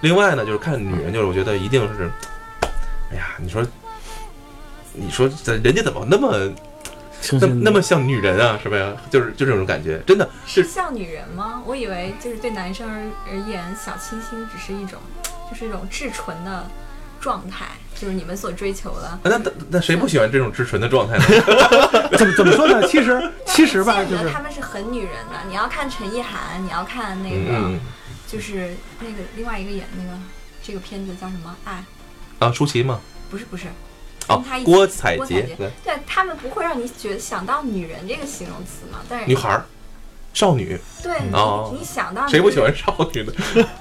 [SPEAKER 2] 另外呢，就是看女人，就是我觉得一定是，哎呀，你说你说这人家怎么那么
[SPEAKER 5] 清
[SPEAKER 2] 那
[SPEAKER 5] 新
[SPEAKER 2] 那么像女人啊？是吧？就是就这种感觉，真的
[SPEAKER 4] 是
[SPEAKER 2] 是
[SPEAKER 4] 像女人吗？我以为就是对男生而而言，小清新只是一种，就是一种至纯的状态，就是你们所追求的。
[SPEAKER 2] 那那那谁不喜欢这种至纯的状态呢？
[SPEAKER 5] 怎么怎么说呢？其实其实吧，
[SPEAKER 4] 但
[SPEAKER 5] 就
[SPEAKER 4] 我觉得
[SPEAKER 5] 是
[SPEAKER 4] 他们是很女人的。你要看陈意涵，你要看那个，
[SPEAKER 2] 嗯
[SPEAKER 4] 就是那个另外一个演那个这个片子叫什么？爱
[SPEAKER 2] 啊，舒淇嘛，
[SPEAKER 4] 不是不是，
[SPEAKER 2] 啊
[SPEAKER 4] 跟他一，起
[SPEAKER 2] 郭采洁
[SPEAKER 4] 郭采洁
[SPEAKER 2] 对
[SPEAKER 4] 对他们不会让你觉得想到女人这个形容词嘛？但是
[SPEAKER 2] 女孩儿。少女，
[SPEAKER 4] 对你、
[SPEAKER 2] 哦
[SPEAKER 4] 你想到
[SPEAKER 2] 谁不喜
[SPEAKER 4] 女人
[SPEAKER 2] 欢少女呢？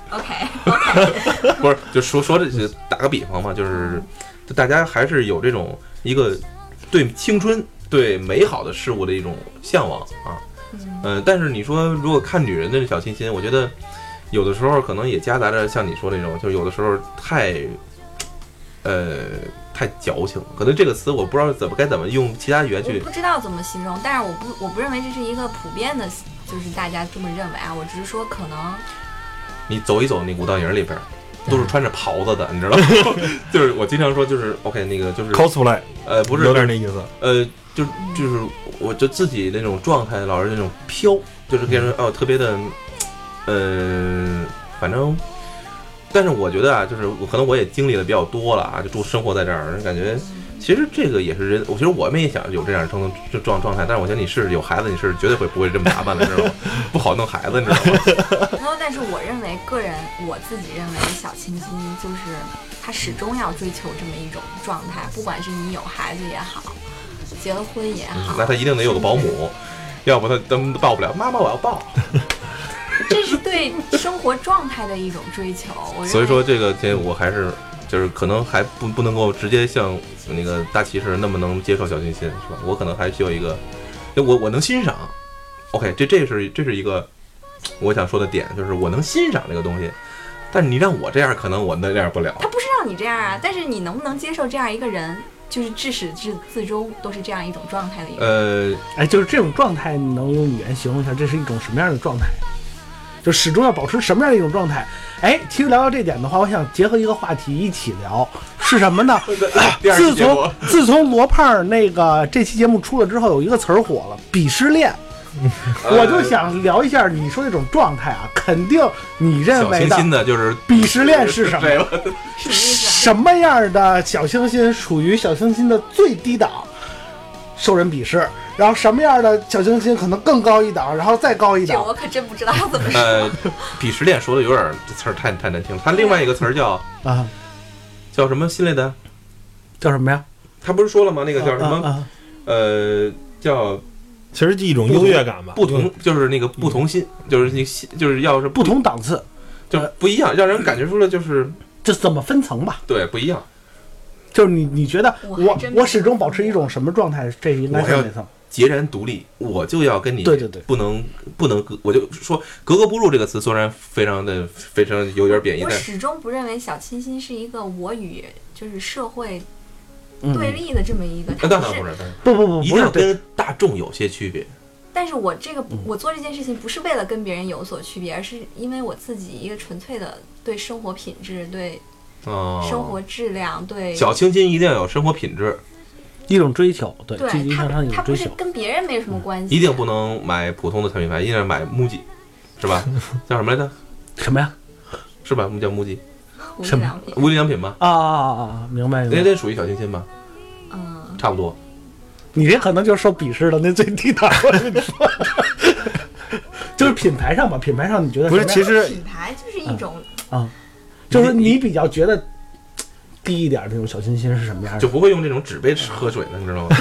[SPEAKER 4] ？OK，
[SPEAKER 2] 不是，就说说这就打个比方嘛，
[SPEAKER 4] 嗯
[SPEAKER 2] 就是就大家还是有这种一个对青春、对美好的事物的一种向往啊。
[SPEAKER 4] 嗯，
[SPEAKER 2] 嗯，但是你说如果看女人的小清新，我觉得有的时候可能也夹杂着像你说那种，就有的时候太，呃，太矫情。可能这个词我不知道怎么该怎么用其他语言
[SPEAKER 4] 我
[SPEAKER 2] 去
[SPEAKER 4] 不知道怎么形容，但是我不我不认为这是一个普遍的，就是大家这么认为啊。我只是说可能嗯
[SPEAKER 2] 你走一走那古道营里边儿，都是穿着袍子的，你知道吗？ 就是我经常说，就是 OK，那个就是
[SPEAKER 3] cosplay
[SPEAKER 2] 呃，不是
[SPEAKER 3] 有点那意思，
[SPEAKER 2] 呃，就就是我就自己那种状态，老是那种飘，就是跟人哦特别的，呃，反正，但是我觉得啊，就是我可能我也经历的比较多了啊，就住生活在这儿，感觉其实这个也是人，我其实我们也想有这样的状这状状态，但是我觉得你是有孩子，你是绝对会不会这么打扮的，知道吗？不好弄孩子，你知道吗？
[SPEAKER 4] 然后，但是我认为个人我自己认为的小清新，就是他始终要追求这么一种状态，不管是你有孩子也好，结了婚也好，
[SPEAKER 2] 那他一定得有个保姆，要不他根本抱不了。妈妈，我要抱。
[SPEAKER 4] 这是对生活状态的一种追求。我认为
[SPEAKER 2] 所以说这个这我还是就是可能还不不能够直接像那个大骑士那么能接受小清新是吧？我可能还需要一个，就我我能欣赏。OK，这这是这是一个我想说的点，就是我能欣赏这个东西，但是你让我这样，可能我那样不了。
[SPEAKER 4] 他不是让你这样啊，但是你能不能接受这样一个人，就是至始至至终都是这样一种状态的一个人？
[SPEAKER 2] 呃，
[SPEAKER 5] 哎，就是这种状态，你能用语言形容一下，这是一种什么样的状态？就始终要保持什么样的一种状态？哎，其实聊到这点的话，我想结合一个话题一起聊，是什么呢？
[SPEAKER 2] 第二期
[SPEAKER 5] 自
[SPEAKER 2] 节目
[SPEAKER 5] 从自从罗胖儿那个这期节目出了之后，有一个词儿火了，鄙视 链。我就想聊一下你说那种状态啊，肯定你认
[SPEAKER 2] 小
[SPEAKER 5] 为
[SPEAKER 2] 清
[SPEAKER 5] 的
[SPEAKER 2] 新的就是
[SPEAKER 5] 鄙视链是什么？
[SPEAKER 2] 对吧
[SPEAKER 4] 什么意思啊？
[SPEAKER 5] 什么样的小清新属于小清新的最低档，受人鄙视？然后什么样的小清新可能更高一档，然后再高一
[SPEAKER 4] 这
[SPEAKER 5] 档
[SPEAKER 4] 我？可真不 知道怎么说。
[SPEAKER 2] 呃，鄙视链说的有点儿这词儿太太难听了。他另外一个词儿叫
[SPEAKER 5] 啊，
[SPEAKER 2] 叫什么新类的？
[SPEAKER 5] 叫什么呀？
[SPEAKER 2] 他不是说了吗？那个叫什么？
[SPEAKER 5] 啊？
[SPEAKER 2] 呃，叫
[SPEAKER 3] 其实一种优越感吧，
[SPEAKER 2] 不
[SPEAKER 5] 嗯
[SPEAKER 2] 同，就是那个不同心，就是你心就是要是
[SPEAKER 5] 不同档次，
[SPEAKER 2] 就不一样，让人感觉出了就是
[SPEAKER 5] 这怎么分层吧？
[SPEAKER 2] 对不一样。
[SPEAKER 5] 就是你你觉得
[SPEAKER 4] 我
[SPEAKER 5] 我
[SPEAKER 4] 还真没
[SPEAKER 5] 我始终保持一种什么状态？这应该
[SPEAKER 2] 我
[SPEAKER 5] 是
[SPEAKER 2] 要
[SPEAKER 5] 哪层？
[SPEAKER 2] 截然独立，我就要跟你
[SPEAKER 5] 对对对
[SPEAKER 2] 不能不能格，我就说格格不入这个词，虽然非常的非常有点贬义，
[SPEAKER 4] 我
[SPEAKER 2] 但
[SPEAKER 4] 始终不认为小清新是一个我与就是社会
[SPEAKER 5] 嗯，
[SPEAKER 4] 对立的这么一个，
[SPEAKER 2] 那
[SPEAKER 4] 它
[SPEAKER 2] 当
[SPEAKER 4] 不
[SPEAKER 2] 然
[SPEAKER 4] 是
[SPEAKER 2] 不是，当然
[SPEAKER 5] 不不不，
[SPEAKER 2] 一
[SPEAKER 5] 不
[SPEAKER 2] 定
[SPEAKER 5] 是
[SPEAKER 2] 要
[SPEAKER 5] 对，
[SPEAKER 2] 跟大众有些区别。
[SPEAKER 4] 但是我这个
[SPEAKER 2] 嗯
[SPEAKER 4] 不我做这件事情不是为了跟别人有所区别，而是因为我自己一个纯粹的对生活品质、对
[SPEAKER 2] 哦，
[SPEAKER 4] 生活质量、对
[SPEAKER 2] 小清新一定要有生活品质，
[SPEAKER 5] 一种追求，对，积
[SPEAKER 4] 对
[SPEAKER 5] 极
[SPEAKER 4] 它
[SPEAKER 5] 向上一
[SPEAKER 4] 它
[SPEAKER 5] 种
[SPEAKER 4] 不
[SPEAKER 5] 追
[SPEAKER 4] 是
[SPEAKER 5] 求。
[SPEAKER 4] 跟别人没有什么关
[SPEAKER 2] 嗯
[SPEAKER 4] 系，
[SPEAKER 2] 一定不能买普通的产品牌，一定要买 MUJI，是 吧？叫什么来着？
[SPEAKER 5] 什么呀？
[SPEAKER 2] 是吧？叫 MUJI，
[SPEAKER 4] 无
[SPEAKER 5] 什
[SPEAKER 4] 印
[SPEAKER 5] 么
[SPEAKER 4] 良品。
[SPEAKER 2] 无印良品吧？
[SPEAKER 5] 啊啊啊啊！明白
[SPEAKER 2] 那
[SPEAKER 5] 明白。
[SPEAKER 2] 那属于小清新吧？
[SPEAKER 4] 嗯，
[SPEAKER 2] 差不多。
[SPEAKER 5] 你这可能就是受鄙视的那最低档。我跟你说， 就是品牌上吧，品牌上你觉得
[SPEAKER 3] 不是，
[SPEAKER 5] 什么样
[SPEAKER 3] 其实嗯
[SPEAKER 4] 品牌就是一种
[SPEAKER 5] 就是你比较觉得低一点儿那种小清新是什么样
[SPEAKER 2] 就
[SPEAKER 5] 的？
[SPEAKER 2] 不会用这种纸杯喝水了，你知道吗？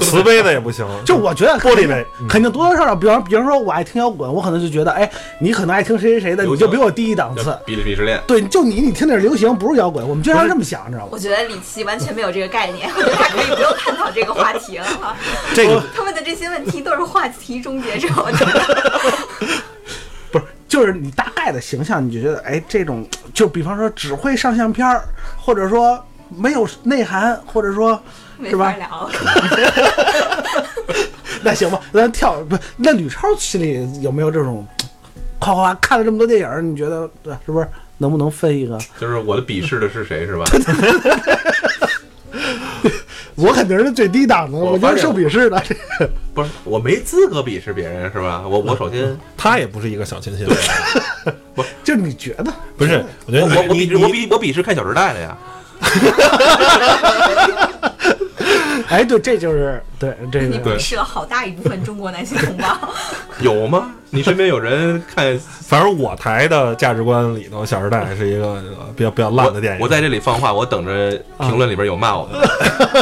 [SPEAKER 3] 瓷杯的也不行，
[SPEAKER 5] 就我觉得
[SPEAKER 3] 玻璃杯
[SPEAKER 5] 肯定多多少少，比方比方说我爱听摇滚，我可能就觉得，哎，你可能爱听谁谁谁的，
[SPEAKER 2] 流
[SPEAKER 5] 你
[SPEAKER 2] 行
[SPEAKER 5] 就比我低一档次。
[SPEAKER 2] 比利鄙视链，
[SPEAKER 5] 对，就你你听点流行，不是摇滚，我们经常这么想，你知道吗
[SPEAKER 4] 我？觉得李琦完全没有这个概念， 我觉得他可以不用探讨这个话题了哈。
[SPEAKER 3] 这个
[SPEAKER 4] 他问的这些问题都是话题终结者，我觉得。
[SPEAKER 5] 不是，就是你大概的形象，你就觉得，哎，这种就比方说只会上相片儿，或者说没有内涵，或者说
[SPEAKER 4] 没
[SPEAKER 5] 是
[SPEAKER 4] 法
[SPEAKER 5] 吧？
[SPEAKER 4] 聊。
[SPEAKER 5] 那行吧，咱跳不？那吕超心里有没有这种？夸夸看了这么多电影儿，你觉得对是不是能不能分一个？
[SPEAKER 2] 就是我的鄙视的是谁是吧？
[SPEAKER 5] 我肯定是最低档的，
[SPEAKER 2] 我
[SPEAKER 5] 我就是
[SPEAKER 2] 发现
[SPEAKER 5] 受鄙视的。
[SPEAKER 2] 不是，我没资格鄙视别人是吧？我我首先
[SPEAKER 3] 他也不是一个小清新，
[SPEAKER 5] 就是你觉得
[SPEAKER 3] 不是？我觉
[SPEAKER 2] 我
[SPEAKER 3] 得
[SPEAKER 2] 我
[SPEAKER 3] 嗯
[SPEAKER 2] 我
[SPEAKER 3] 你
[SPEAKER 2] 鄙视我鄙我鄙视看《小时代》的呀，
[SPEAKER 5] 哎，对，这就是对这
[SPEAKER 4] 你
[SPEAKER 5] 个，
[SPEAKER 4] 鄙视了好大一部分中国男性同胞。
[SPEAKER 2] 有吗？你身边有人看
[SPEAKER 3] 反正我台的价值观里头，《小时代》是一个呃比较比较 烂的电影。
[SPEAKER 2] 我？我在这里放话，我等着评论里边有骂我们
[SPEAKER 3] 啊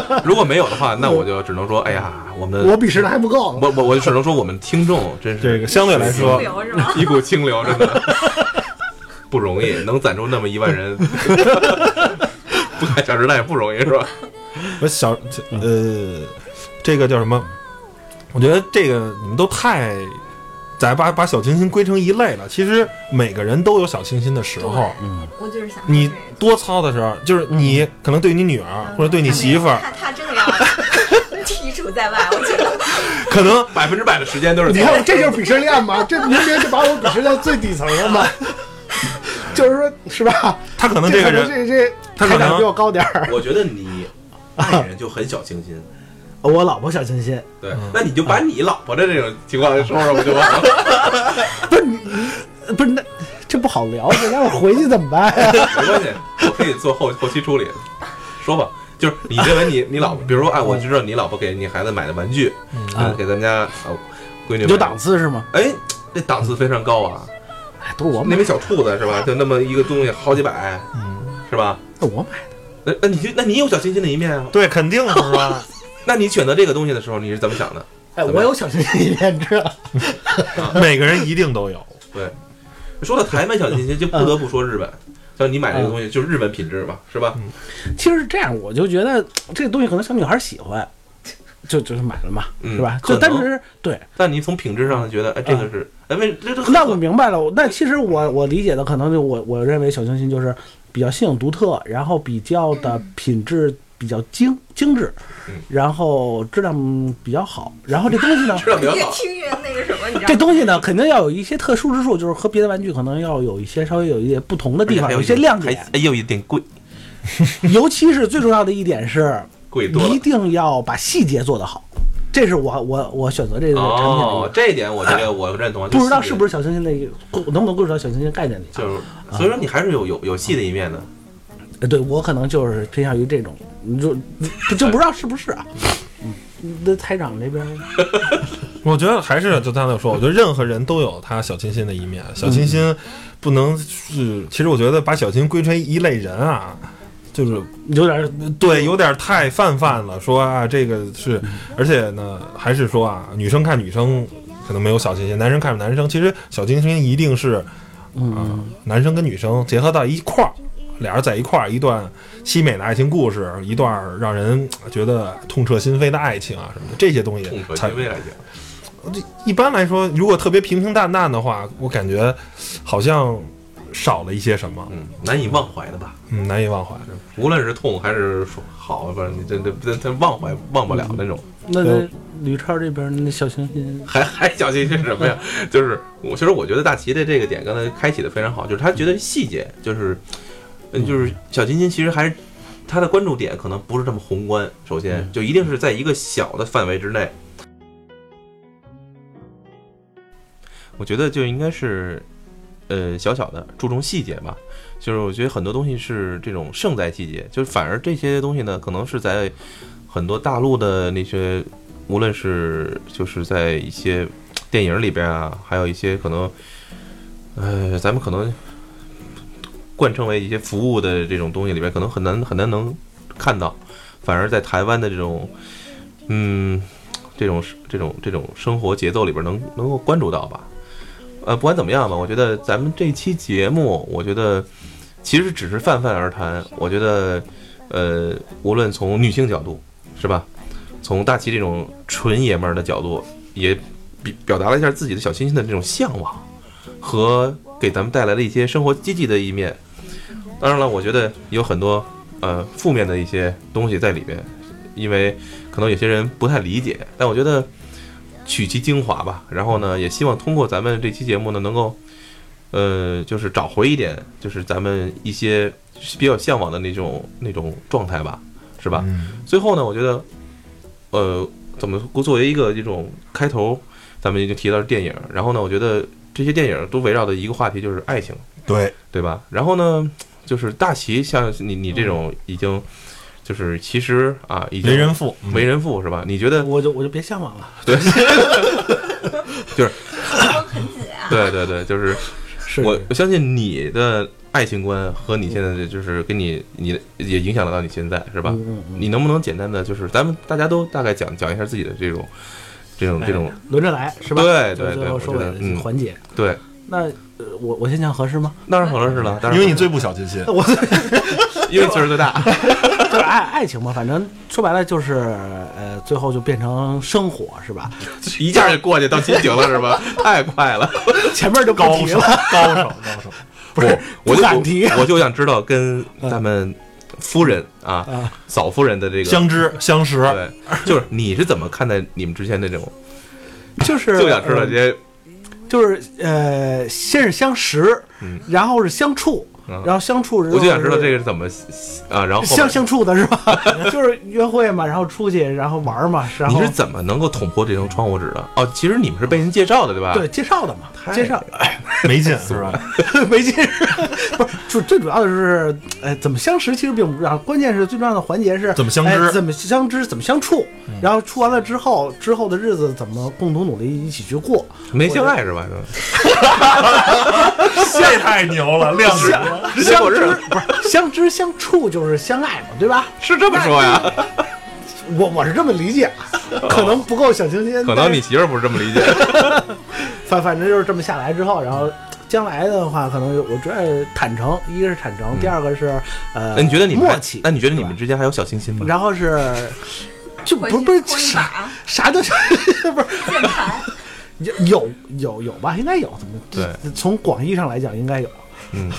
[SPEAKER 2] 的。 如果没有的话，那我就只能说，哎呀，我们
[SPEAKER 5] 我鄙视的还不够。
[SPEAKER 2] 我我我就只能说我们听众真
[SPEAKER 3] 这
[SPEAKER 2] 是
[SPEAKER 3] 个相对来说
[SPEAKER 4] 清，流是吗？
[SPEAKER 2] 一股清流，真的 不容易，能攒出那么一万人，不看《小时代》也不容易是吧？
[SPEAKER 3] 我小呃，这个叫什么？我觉得这个你们都太，咱把把小清新归成一类了。其实每个人都有小清新的时候，
[SPEAKER 4] 我就是想
[SPEAKER 3] 你多操的时候，就是你可能对你女儿
[SPEAKER 5] 嗯
[SPEAKER 3] 或者对你媳妇儿，
[SPEAKER 4] 他他真的要剔除在外，我觉得
[SPEAKER 3] 可能
[SPEAKER 2] 百分之百的时间都是
[SPEAKER 5] 你看，这就是鄙视链吗？这明明就把我鄙视到最底层了吗？ 就是说，是吧？
[SPEAKER 3] 他可能
[SPEAKER 5] 这
[SPEAKER 3] 这个
[SPEAKER 5] 可能
[SPEAKER 3] 人，
[SPEAKER 5] 这这
[SPEAKER 3] 他可能
[SPEAKER 5] 开场比我高点儿。
[SPEAKER 2] 我觉得你爱人就很小清新。
[SPEAKER 5] 我老婆小清新，
[SPEAKER 2] 对，那你就把你老婆的这种情况说说不就完了？
[SPEAKER 5] 不是你，呃不是那这不好聊，这待会儿回去怎么办呀？
[SPEAKER 2] 没关系，我可以做后后期处理。说吧，就是你认为你你老婆，比如说，哎，我知道你老婆给你孩子买的玩具， 嗯，给咱们家呃闺女买
[SPEAKER 5] 有档，次是吗？
[SPEAKER 2] 哎，这档次非常高啊。
[SPEAKER 5] 哎，都是我
[SPEAKER 2] 那
[SPEAKER 5] 买，
[SPEAKER 2] 边小兔子是吧？就那么一个东西，好几百，
[SPEAKER 3] 嗯
[SPEAKER 2] 是吧？
[SPEAKER 5] 都是我买的。
[SPEAKER 2] 那呃那你就那你有小清新的一面啊？
[SPEAKER 3] 对，肯定是 吧？
[SPEAKER 2] 那你选择这个东西的时候，你是怎么想的？
[SPEAKER 5] 哎，我有小清新一面，你知道吗？
[SPEAKER 3] 每个人一定都有。
[SPEAKER 2] 对，说到台湾小清新，就不得不说日本。像你买这个
[SPEAKER 5] 嗯
[SPEAKER 2] 东西，就是日本品质嘛，是吧？
[SPEAKER 5] 其实是这样，我就觉得这东西可能小女孩喜欢，就就是买了嘛，
[SPEAKER 2] 嗯
[SPEAKER 5] 是吧？
[SPEAKER 2] 可
[SPEAKER 5] 就
[SPEAKER 2] 能
[SPEAKER 5] 但是对，
[SPEAKER 2] 但你从品质上觉得，哎，这个是，哎，为这这
[SPEAKER 5] 嗯那我明白了。我那其实我我理解的可能就我我认为小清新就是比较新颖独特，然后比较的品质比较精精致
[SPEAKER 2] 嗯，
[SPEAKER 5] 然后质量比较好，然后这东西呢
[SPEAKER 2] 。质量比较
[SPEAKER 4] 越
[SPEAKER 2] 好。
[SPEAKER 4] 听越那个什么，你知道
[SPEAKER 5] 这
[SPEAKER 4] 吗？
[SPEAKER 5] 东西呢，肯定要有一些特殊之处，就是和别的玩具可能要有一些稍微有一点不同的地方，
[SPEAKER 2] 哎还
[SPEAKER 5] 有一些亮点。
[SPEAKER 2] 还有一点贵，
[SPEAKER 5] 尤其是最重要的一点是，
[SPEAKER 2] 贵多
[SPEAKER 5] 一
[SPEAKER 2] 了。
[SPEAKER 5] 定要把细节做得好，这是我我我选择这个产品的一
[SPEAKER 2] 哦
[SPEAKER 5] 个。，
[SPEAKER 2] 这一点我觉得我认同啊。
[SPEAKER 5] 不知道是不
[SPEAKER 2] 是，
[SPEAKER 5] 是小啊清新的一个，能不能归属到小清新概念里？
[SPEAKER 2] 就是所以说你还是有有有戏的一面的。
[SPEAKER 5] 呃，对我可能就是偏向于这种，你就不就不知道是不是啊？嗯，那台长这边
[SPEAKER 3] 我觉得还是就刚才我说，我觉得任何人都有他小清新的一面。小清新不能是，其实我觉得把小清新归成一类人啊，就是
[SPEAKER 5] 有点嗯
[SPEAKER 3] 对，有点太泛泛了。说啊，这个是，而且呢，还是说啊，女生看女生可能没有小清新，男生看男生，其实小清新一定是，嗯、男生跟女生结合到一块儿，俩人在一块儿，一段凄美的爱情故事，一段让人觉得痛彻心扉的爱情啊什么的，这些东西
[SPEAKER 5] 嗯
[SPEAKER 2] 痛彻
[SPEAKER 3] 才
[SPEAKER 2] 心扉来讲，
[SPEAKER 3] 一般来说，如果特别平平淡淡的话，我感觉好像少了一些什么，
[SPEAKER 2] 嗯，难以忘怀的吧。
[SPEAKER 3] 嗯，难以忘怀。
[SPEAKER 2] 无论是痛还是好，反正你这这这这忘怀忘不了那种。
[SPEAKER 5] 那
[SPEAKER 3] 对
[SPEAKER 5] 那吕超这边那小清新，
[SPEAKER 2] 还 还小清新是什么呀？就是我其实我觉得大齐的这个点刚才开启的非常好，就是他觉得细节就是，嗯，就是小清新其实还是他的关注点可能不是这么宏观，首先就一定是在一个小的范围之内。我觉得就应该是，呃，小小的注重细节吧。就是我觉得很多东西是这种胜在细节，就是反而这些东西呢，可能是在很多大陆的那些无论是就是在一些电影里边啊，还有一些可能，呃，咱们可能贯称为一些服务的这种东西里边，可能很难很难能看到，反而在台湾的这种，嗯，这种这种这种生活节奏里边能能够关注到吧。呃，不管怎么样吧，我觉得咱们这期节目，我觉得其实只是泛泛而谈。我觉得，呃，无论从女性角度，是吧？从大齐这种纯爷们儿的角度，也表表达了一下自己的小清新的这种向往，和给咱们带来的一些生活积极的一面。当然了，我觉得有很多呃负面的一些东西在里边，因为可能有些人不太理解，但我觉得取其精华吧。然后呢，也希望通过咱们这期节目呢，能够呃，就是找回一点，就是咱们一些比较向往的那种那种状态吧，是吧？
[SPEAKER 3] 嗯
[SPEAKER 2] 最后呢，我觉得，呃，怎么作为一个这种开头，咱们已经提到是电影，然后呢，我觉得这些电影都围绕的一个话题就是爱情，
[SPEAKER 3] 对，
[SPEAKER 2] 对吧？然后呢，就是大齐像你你这种已经就是其实啊，已经
[SPEAKER 3] 为人父，
[SPEAKER 2] 为人父是吧？你觉得
[SPEAKER 5] 我就我就别向往了。
[SPEAKER 4] 很紧啊。
[SPEAKER 2] 对对对，就是
[SPEAKER 5] 是
[SPEAKER 2] 我我相信你的爱情观和你现在的就是跟你你也影响得到你现在是吧？
[SPEAKER 5] 嗯嗯
[SPEAKER 2] 你能不能简单的就是咱们大家都大概讲讲一下自己的这种这种这种
[SPEAKER 5] 嗯轮着来是吧？
[SPEAKER 2] 对
[SPEAKER 5] 就
[SPEAKER 2] 对
[SPEAKER 5] 是最
[SPEAKER 2] 对
[SPEAKER 5] 后
[SPEAKER 2] 我
[SPEAKER 5] 收
[SPEAKER 2] 觉
[SPEAKER 5] 尾
[SPEAKER 2] 得
[SPEAKER 5] 的
[SPEAKER 2] 嗯
[SPEAKER 5] 环节。
[SPEAKER 2] 对，
[SPEAKER 5] 那呃我我先讲合适吗？
[SPEAKER 2] 当然合适了，当然
[SPEAKER 3] 因为你最不小清新，
[SPEAKER 5] 我
[SPEAKER 2] 因为岁数最大，
[SPEAKER 5] 就是爱爱情嘛，反正说白了就是呃，最后就变成生活是吧？
[SPEAKER 2] 一下就过去到心情了是吧？太快了，
[SPEAKER 5] 前面就不
[SPEAKER 3] 高
[SPEAKER 5] 提
[SPEAKER 3] 手
[SPEAKER 5] 了。
[SPEAKER 3] 高手高手，
[SPEAKER 2] 不是，我就
[SPEAKER 5] 不敢提
[SPEAKER 2] 我我就想知道跟咱们夫人啊
[SPEAKER 5] 啊
[SPEAKER 2] 嫂夫人的这个。
[SPEAKER 3] 相知相识，
[SPEAKER 2] 对，就是你是怎么看待你们之前那种，
[SPEAKER 5] 就是
[SPEAKER 2] 就想知道这
[SPEAKER 5] 呃
[SPEAKER 2] 些
[SPEAKER 5] 就是呃，先是相识
[SPEAKER 2] 嗯，
[SPEAKER 5] 然后是相处
[SPEAKER 2] 嗯，
[SPEAKER 5] 然后相处，
[SPEAKER 2] 我就想知道这
[SPEAKER 5] 个。
[SPEAKER 2] 个是怎么啊，然后后面
[SPEAKER 5] 相相处的是吧？ 就是约会嘛，然后出去，然后玩嘛，然
[SPEAKER 2] 你
[SPEAKER 5] 后
[SPEAKER 2] 是怎么能够捅破这层窗户纸的？哦，其实你们是被人介绍的，对吧？
[SPEAKER 5] 对，介绍的嘛，
[SPEAKER 2] 太
[SPEAKER 5] 介绍
[SPEAKER 3] 没劲是 吧？
[SPEAKER 5] 没劲，不是主最主要的是，哎，怎么相识其实并不重要，关键是最重要的环节是
[SPEAKER 3] 怎么相
[SPEAKER 5] 哎
[SPEAKER 3] 知
[SPEAKER 5] 怎么相知，怎么相处，
[SPEAKER 2] 嗯
[SPEAKER 5] 然后处完了之后，之后的日子怎么共同努力一起去过，
[SPEAKER 2] 没性爱是吧？
[SPEAKER 3] 这太牛了， 亮子了，
[SPEAKER 2] 结果是
[SPEAKER 5] 不是相知相处就是相爱嘛，对吧？
[SPEAKER 2] 是这么说 呀？
[SPEAKER 5] 我我是这么理解啊，可能不够小清新，
[SPEAKER 2] 哦可
[SPEAKER 5] 但
[SPEAKER 2] 能
[SPEAKER 5] 是
[SPEAKER 2] 你媳妇儿不是这么 理解。
[SPEAKER 5] 反反正就是这么下来之后，然后将来的话，可能我觉得坦诚，一个是坦诚，第二个是
[SPEAKER 2] 嗯
[SPEAKER 5] 呃，
[SPEAKER 2] 那你觉得你们还
[SPEAKER 5] 默契？
[SPEAKER 2] 那你觉得你们之间还有小清新吗？
[SPEAKER 5] 然后是就不
[SPEAKER 4] 回
[SPEAKER 5] 是
[SPEAKER 4] 去
[SPEAKER 5] 不是
[SPEAKER 4] 搓一把
[SPEAKER 5] 啥
[SPEAKER 4] 啊
[SPEAKER 5] 啥都不是
[SPEAKER 4] 键盘，
[SPEAKER 5] 有有有有吧？应该有，怎么
[SPEAKER 2] 对？
[SPEAKER 5] 从广义上来讲应该有
[SPEAKER 2] 嗯，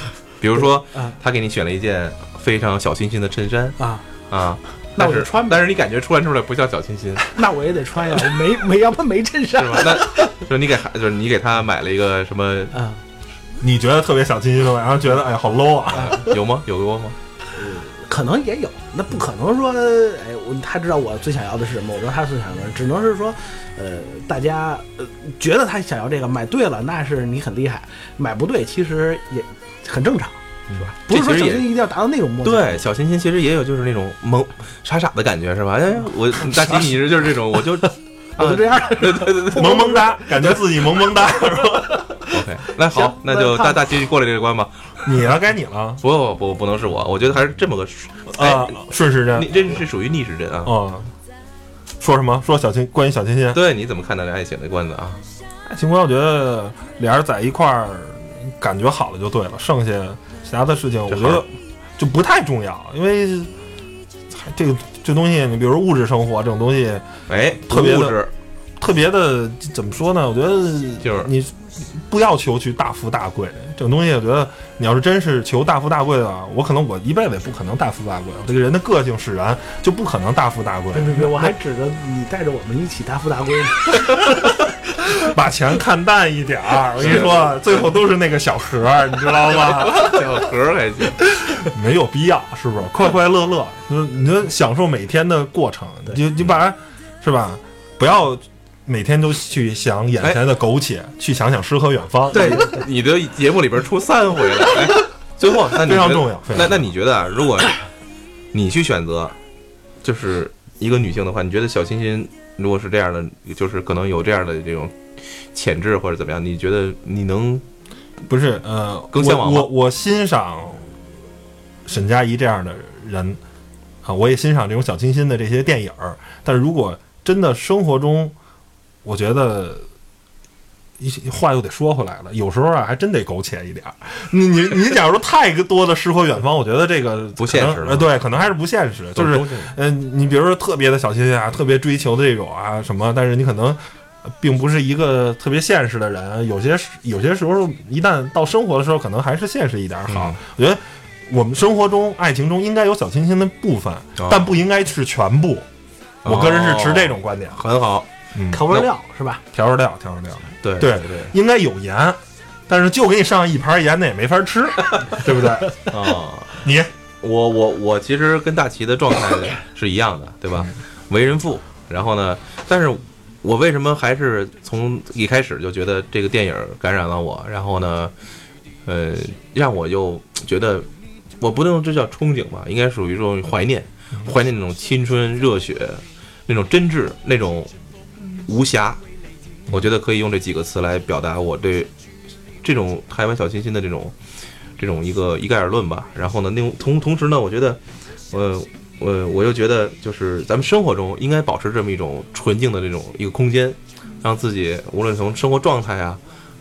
[SPEAKER 2] 比如说
[SPEAKER 5] 啊
[SPEAKER 2] 他给你选了一件非常小清新的衬衫
[SPEAKER 5] 啊，
[SPEAKER 2] 啊，
[SPEAKER 5] 那
[SPEAKER 2] 但
[SPEAKER 5] 我
[SPEAKER 2] 是
[SPEAKER 5] 就穿呗
[SPEAKER 2] 但是你感觉穿出来不像小清新，
[SPEAKER 5] 那我也得穿呀，我没没要不然没衬衫
[SPEAKER 2] 是吧？那就是你给孩就是你给他买了一个什么
[SPEAKER 5] 啊，
[SPEAKER 3] 你觉得特别小清新的吧，然后觉得哎呀好 low 啊，
[SPEAKER 2] 有吗？有过吗？
[SPEAKER 5] 可能也有，那不可能说哎，我他知道我最想要的是什么，我知道他最想要的是什么，只能是说呃，大家呃觉得他想要这个买对了，那是你很厉害；买不对，其实也很正常。是吧？不
[SPEAKER 2] 嗯这
[SPEAKER 5] 是说
[SPEAKER 2] 其实也
[SPEAKER 5] 小清新一定要达到那种默契，
[SPEAKER 2] 对，小清新其实也有就是那种萌傻傻的感觉，是吧？哎， 我大齐你是就是这种，我就啊
[SPEAKER 5] 我就这样。
[SPEAKER 2] 对对对对
[SPEAKER 3] 萌萌哒，感觉自己萌 萌哒。
[SPEAKER 2] 哎 ，OK，那好
[SPEAKER 5] 行，
[SPEAKER 2] 那就
[SPEAKER 5] 那看
[SPEAKER 2] 大大齐过来这个关吧。
[SPEAKER 3] 你了，该你了
[SPEAKER 2] 不不不，不能是我，我觉得还是这么个，
[SPEAKER 3] 啊
[SPEAKER 2] 哎，，
[SPEAKER 3] 顺时针
[SPEAKER 2] 你这是属于逆时针
[SPEAKER 5] 哦
[SPEAKER 2] 啊。
[SPEAKER 3] 啊。说什么？说小清关于小清新
[SPEAKER 2] 对，你怎么看待这爱情的关子啊？
[SPEAKER 3] 爱情观，我觉得俩人在一块儿感觉好了就对了，剩下其他的事情我
[SPEAKER 2] 这
[SPEAKER 3] 觉
[SPEAKER 2] 行
[SPEAKER 3] 得就不太重要，因为这个这东西，你比如物质生活这种东西，
[SPEAKER 2] 哎，
[SPEAKER 3] 特别的
[SPEAKER 2] 物 质，
[SPEAKER 3] 特别的怎么说呢？我觉得
[SPEAKER 2] 就是
[SPEAKER 3] 你不要求去大富大贵这种东西，我觉得你要是真是求大富大贵的话，我可能我一辈子也不可能大富大贵，我这个人的个性使然就不可能大富大贵
[SPEAKER 5] 别。别别， 我还指着你带着我们一起大富大 贵呢。
[SPEAKER 3] 把钱看淡一点儿，我跟你说，最后都是那个小盒儿，你知道吗？
[SPEAKER 2] 小盒还行。
[SPEAKER 3] 没有必要，是不是？快快乐乐，就是你就享受每天的过程，你就你把，是吧？不要每天都去想眼前的苟且，去想想诗和远方。
[SPEAKER 2] 对，你的节目里边出三回了。 哎，最后，那你
[SPEAKER 3] 非常
[SPEAKER 2] 觉得
[SPEAKER 3] 重要非常重
[SPEAKER 2] 那那你觉得，啊，如果你去选择，就是一个女性的话，你觉得小清新如果是这样的，就是可能有这样的这种潜质或者怎么样？你觉得你能
[SPEAKER 3] 不是，呃，
[SPEAKER 2] 更向往吗
[SPEAKER 3] 我我我欣赏沈佳宜这样的人啊，我也欣赏这种小清新的这些电影儿。但如果真的生活中，我觉得一些话又得说回来了，有时候啊，还真得苟且一点儿。你你你，假如说太多的诗和远方，我觉得这个
[SPEAKER 2] 不现实
[SPEAKER 3] 可能
[SPEAKER 2] 了
[SPEAKER 3] 呃，对，可能还是不现实，就是
[SPEAKER 2] 都
[SPEAKER 3] 嗯、你比如说特别的小心啊，特别追求的这种啊什么，但是你可能呃并不是一个特别现实的人，有些时有些时候一旦到生活的时候，可能还是现实一点好。
[SPEAKER 2] 嗯
[SPEAKER 3] 我觉得我们生活中、爱情中应该有小清新的部分，
[SPEAKER 2] 哦
[SPEAKER 3] 但不应该是全部。我个人是持这种观
[SPEAKER 2] 哦
[SPEAKER 3] 点，
[SPEAKER 2] 很好，
[SPEAKER 3] 嗯，
[SPEAKER 5] 口味料是吧？
[SPEAKER 3] 调味料，调味料，
[SPEAKER 2] 对
[SPEAKER 3] 对
[SPEAKER 2] 对，
[SPEAKER 3] 应该有盐，但是就给你上一盘盐，那也没法吃， 对不 对？
[SPEAKER 2] 啊。
[SPEAKER 3] 你
[SPEAKER 2] 我我我其实跟大齐的状态是一样的，对吧？为人父，然后呢，但是我为什么还是从一开始就觉得这个电影感染了我，然后呢，呃，让我又觉得我不能这叫憧憬吧，应该属于这种怀念，怀念那种青春热血，那种真挚，那种无暇，我觉得可以用这几个词来表达我对这种台湾小清新的这种这种一个一概而论吧。然后呢，那种同同时呢，我觉得，呃，我我又觉得就是咱们生活中应该保持这么一种纯净的这种一个空间，让自己无论从生活状态啊，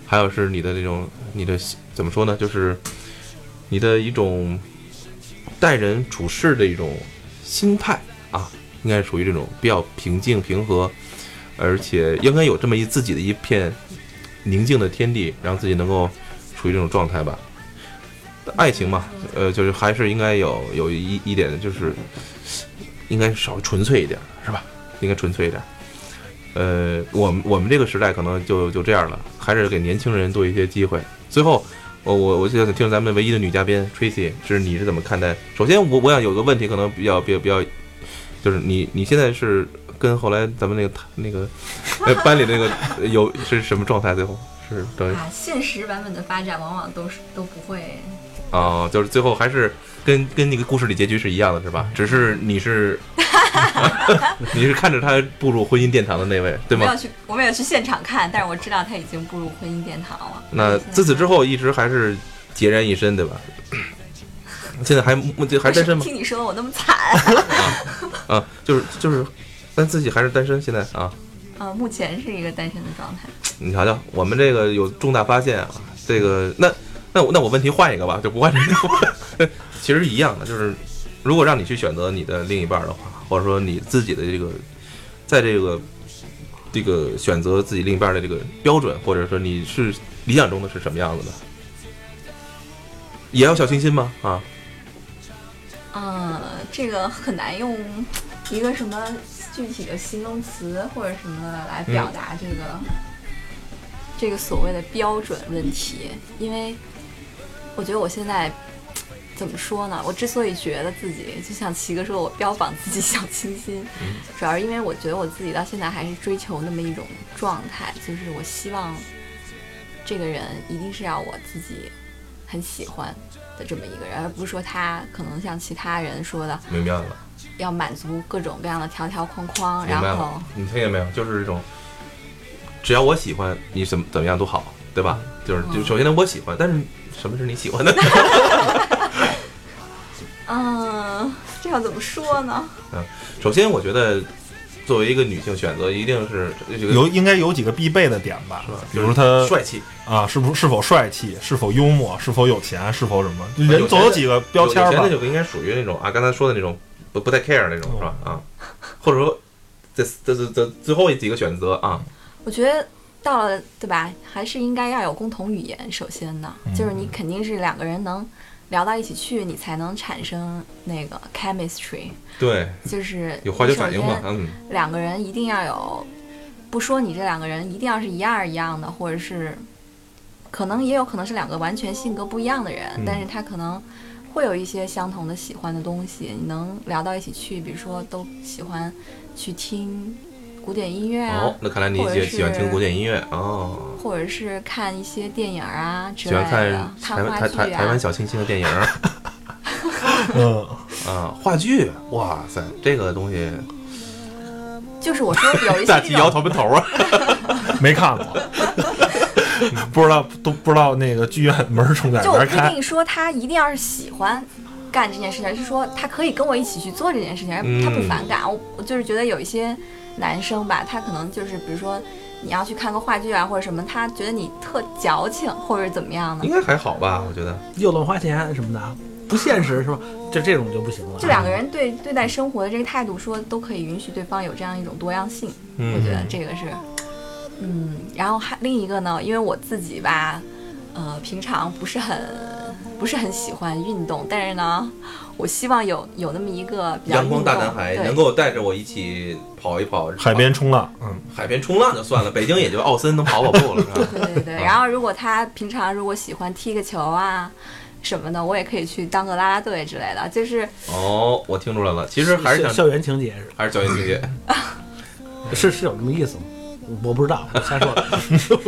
[SPEAKER 2] 还有是你的那种你的怎么说呢，就是你的一种待人处事的一种心态啊，应该属于这种比较平静平和，而且应该有这么一自己的一片宁静的天地，让自己能够处于这种状态吧。爱情嘛，呃，就是还是应该有有一一点，就是应该少纯粹一点，是吧？应该纯粹一点。呃，我们我们这个时代可能就就这样了，还是给年轻人多一些机会。最后，我我我就想听咱们唯一的女嘉宾 Tracy，是你是怎么看待？首先我，我想有个问题可能比较比较比较，就是你你现在是跟后来咱们那个那个呃班里那个呃有是什么状态？最后是等于
[SPEAKER 4] 啊，现实版本的发展往往都是都不会
[SPEAKER 2] 哦，就是最后还是跟跟那个故事里结局是一样的，是吧？只是你 是你是看着他步入婚姻殿堂的那位，对
[SPEAKER 4] 我没有
[SPEAKER 2] 吗？
[SPEAKER 4] 去，我没有去现场看，但是我知道他已经步入婚姻殿堂了。
[SPEAKER 2] 那自此之后一直还是孑然一身，对吧？ 现在还还
[SPEAKER 4] 为
[SPEAKER 2] 单
[SPEAKER 4] 什
[SPEAKER 2] 身吗？
[SPEAKER 4] 么听你说的我那么惨
[SPEAKER 2] 啊，就是就是，但自己还是单身。现在啊，
[SPEAKER 4] 啊，目前是一个单身的状态。
[SPEAKER 2] 你瞧瞧，我们这个有重大发现啊！这个那那我那我问题换一个吧，就不换这个。 其实一样的，就是如果让你去选择你的另一半的话，或者说你自己的这个，在这个这个选择自己另一半的这个标准，或者说你是理想中的是什么样子的？也要小清新吗？啊，
[SPEAKER 4] 嗯，这个很难用一个什么具体的形容词或者什么来表达这个、这个所谓的标准问题，因为我觉得我现在。怎么说呢？我之所以觉得自己就像齐哥说，我标榜自己小清新，主要是因为我觉得我自己到现在还是追求那么一种状态，就是我希望这个人一定是要我自己很喜欢的这么一个人，而不是说他可能像其他人说的
[SPEAKER 2] 明白了，
[SPEAKER 4] 要满足各种各样的条条框框，
[SPEAKER 2] 明
[SPEAKER 4] 哦然
[SPEAKER 2] 白
[SPEAKER 4] 后
[SPEAKER 2] 了。你听见没有？就是这种，只要我喜欢你怎么怎么样都好，对吧？就是
[SPEAKER 4] 哦
[SPEAKER 2] 就首先呢，我喜欢，但是什么是你喜欢的？
[SPEAKER 4] 嗯，这要怎么说呢？
[SPEAKER 2] 首先，我觉得作为一个女性选择，一定是这个
[SPEAKER 3] 有应该有几个必备的点吧
[SPEAKER 2] 是吧？？
[SPEAKER 3] 比如他
[SPEAKER 2] 帅气，
[SPEAKER 3] 啊，是不是否帅气，是否幽默，是否有钱，是否什么？人
[SPEAKER 2] 呃有钱
[SPEAKER 3] 总有几个标签
[SPEAKER 2] 有钱
[SPEAKER 3] 吧
[SPEAKER 2] 的？就应该属于那种啊，刚才说的那种不不太 care 那种是吧？啊，或者说这这这这最后几个选择啊，
[SPEAKER 4] 我觉得到了对吧，还是应该要有共同语言。首先呢，
[SPEAKER 2] 嗯
[SPEAKER 4] 就是你肯定是两个人能聊到一起去，你才能产生那个 chemistry，
[SPEAKER 2] 对，
[SPEAKER 4] 就是
[SPEAKER 2] 有化学反应
[SPEAKER 4] 首
[SPEAKER 2] 嘛
[SPEAKER 4] 先，
[SPEAKER 2] 嗯，
[SPEAKER 4] 两个人一定要有，不说你这两个人一定要是一样儿一样的，或者是可能也有可能是两个完全性格不一样的人，
[SPEAKER 2] 嗯
[SPEAKER 4] 但是他可能会有一些相同的喜欢的东西，你能聊到一起去，比如说都喜欢去听古典音乐啊，
[SPEAKER 2] 哦，那看来你
[SPEAKER 4] 或者
[SPEAKER 2] 也
[SPEAKER 4] 是
[SPEAKER 2] 喜欢听古典音乐哦，
[SPEAKER 4] 或者是看一些电影儿啊之
[SPEAKER 2] 喜
[SPEAKER 4] 类
[SPEAKER 2] 欢看
[SPEAKER 4] 的，
[SPEAKER 2] 台湾
[SPEAKER 4] 看话
[SPEAKER 2] 台台
[SPEAKER 4] 剧
[SPEAKER 2] 台湾
[SPEAKER 4] 啊。
[SPEAKER 2] 小清新的电影儿
[SPEAKER 3] 嗯，
[SPEAKER 2] 啊，话剧，哇塞，这个东西
[SPEAKER 4] 就是我说有一些
[SPEAKER 2] 大
[SPEAKER 4] 这
[SPEAKER 2] 齐
[SPEAKER 4] 种
[SPEAKER 2] 摇头跟头啊，
[SPEAKER 3] 没看过，不知道都不知道那个剧院门儿从哪
[SPEAKER 4] 就我
[SPEAKER 3] 边
[SPEAKER 4] 不一
[SPEAKER 3] 开。
[SPEAKER 4] 定说他一定要是喜欢干这件事情，而是说他可以跟我一起去做这件事情，而
[SPEAKER 2] 嗯
[SPEAKER 4] 他不反感。我我就是觉得有一些男生吧，他可能就是比如说你要去看个话剧啊或者什么，他觉得你特矫情或者怎么样的
[SPEAKER 2] 应，该还好吧？我觉得，
[SPEAKER 5] 又乱花钱什么的，啊不现实是吧？就这种就不行了。啊
[SPEAKER 4] 就两个人对对待生活的这个态度说都可以允许对方有这样一种多样性。我
[SPEAKER 2] 嗯，
[SPEAKER 4] 觉得这个是，嗯，然后还另一个呢，因为我自己吧，呃，平常不是很不是很喜欢运动，但是呢，我希望有有那么一个比较
[SPEAKER 2] 阳光大
[SPEAKER 4] 运动
[SPEAKER 2] 男孩
[SPEAKER 4] 对
[SPEAKER 2] 能够带着我一起跑一跑
[SPEAKER 3] 海边冲浪，嗯，
[SPEAKER 2] 海边冲浪就算了，北京也就奥森能跑跑步了，是吧？
[SPEAKER 4] 对对 对，然后如果他平常如果喜欢踢个球啊什么的，我也可以去当个啦啦队之类的。就是
[SPEAKER 2] 哦，我听出来了，其实还是
[SPEAKER 5] 校
[SPEAKER 2] 想
[SPEAKER 5] 校园情节
[SPEAKER 2] 还是教育情节
[SPEAKER 5] 是是是有这么意思吗？我不知道，我瞎说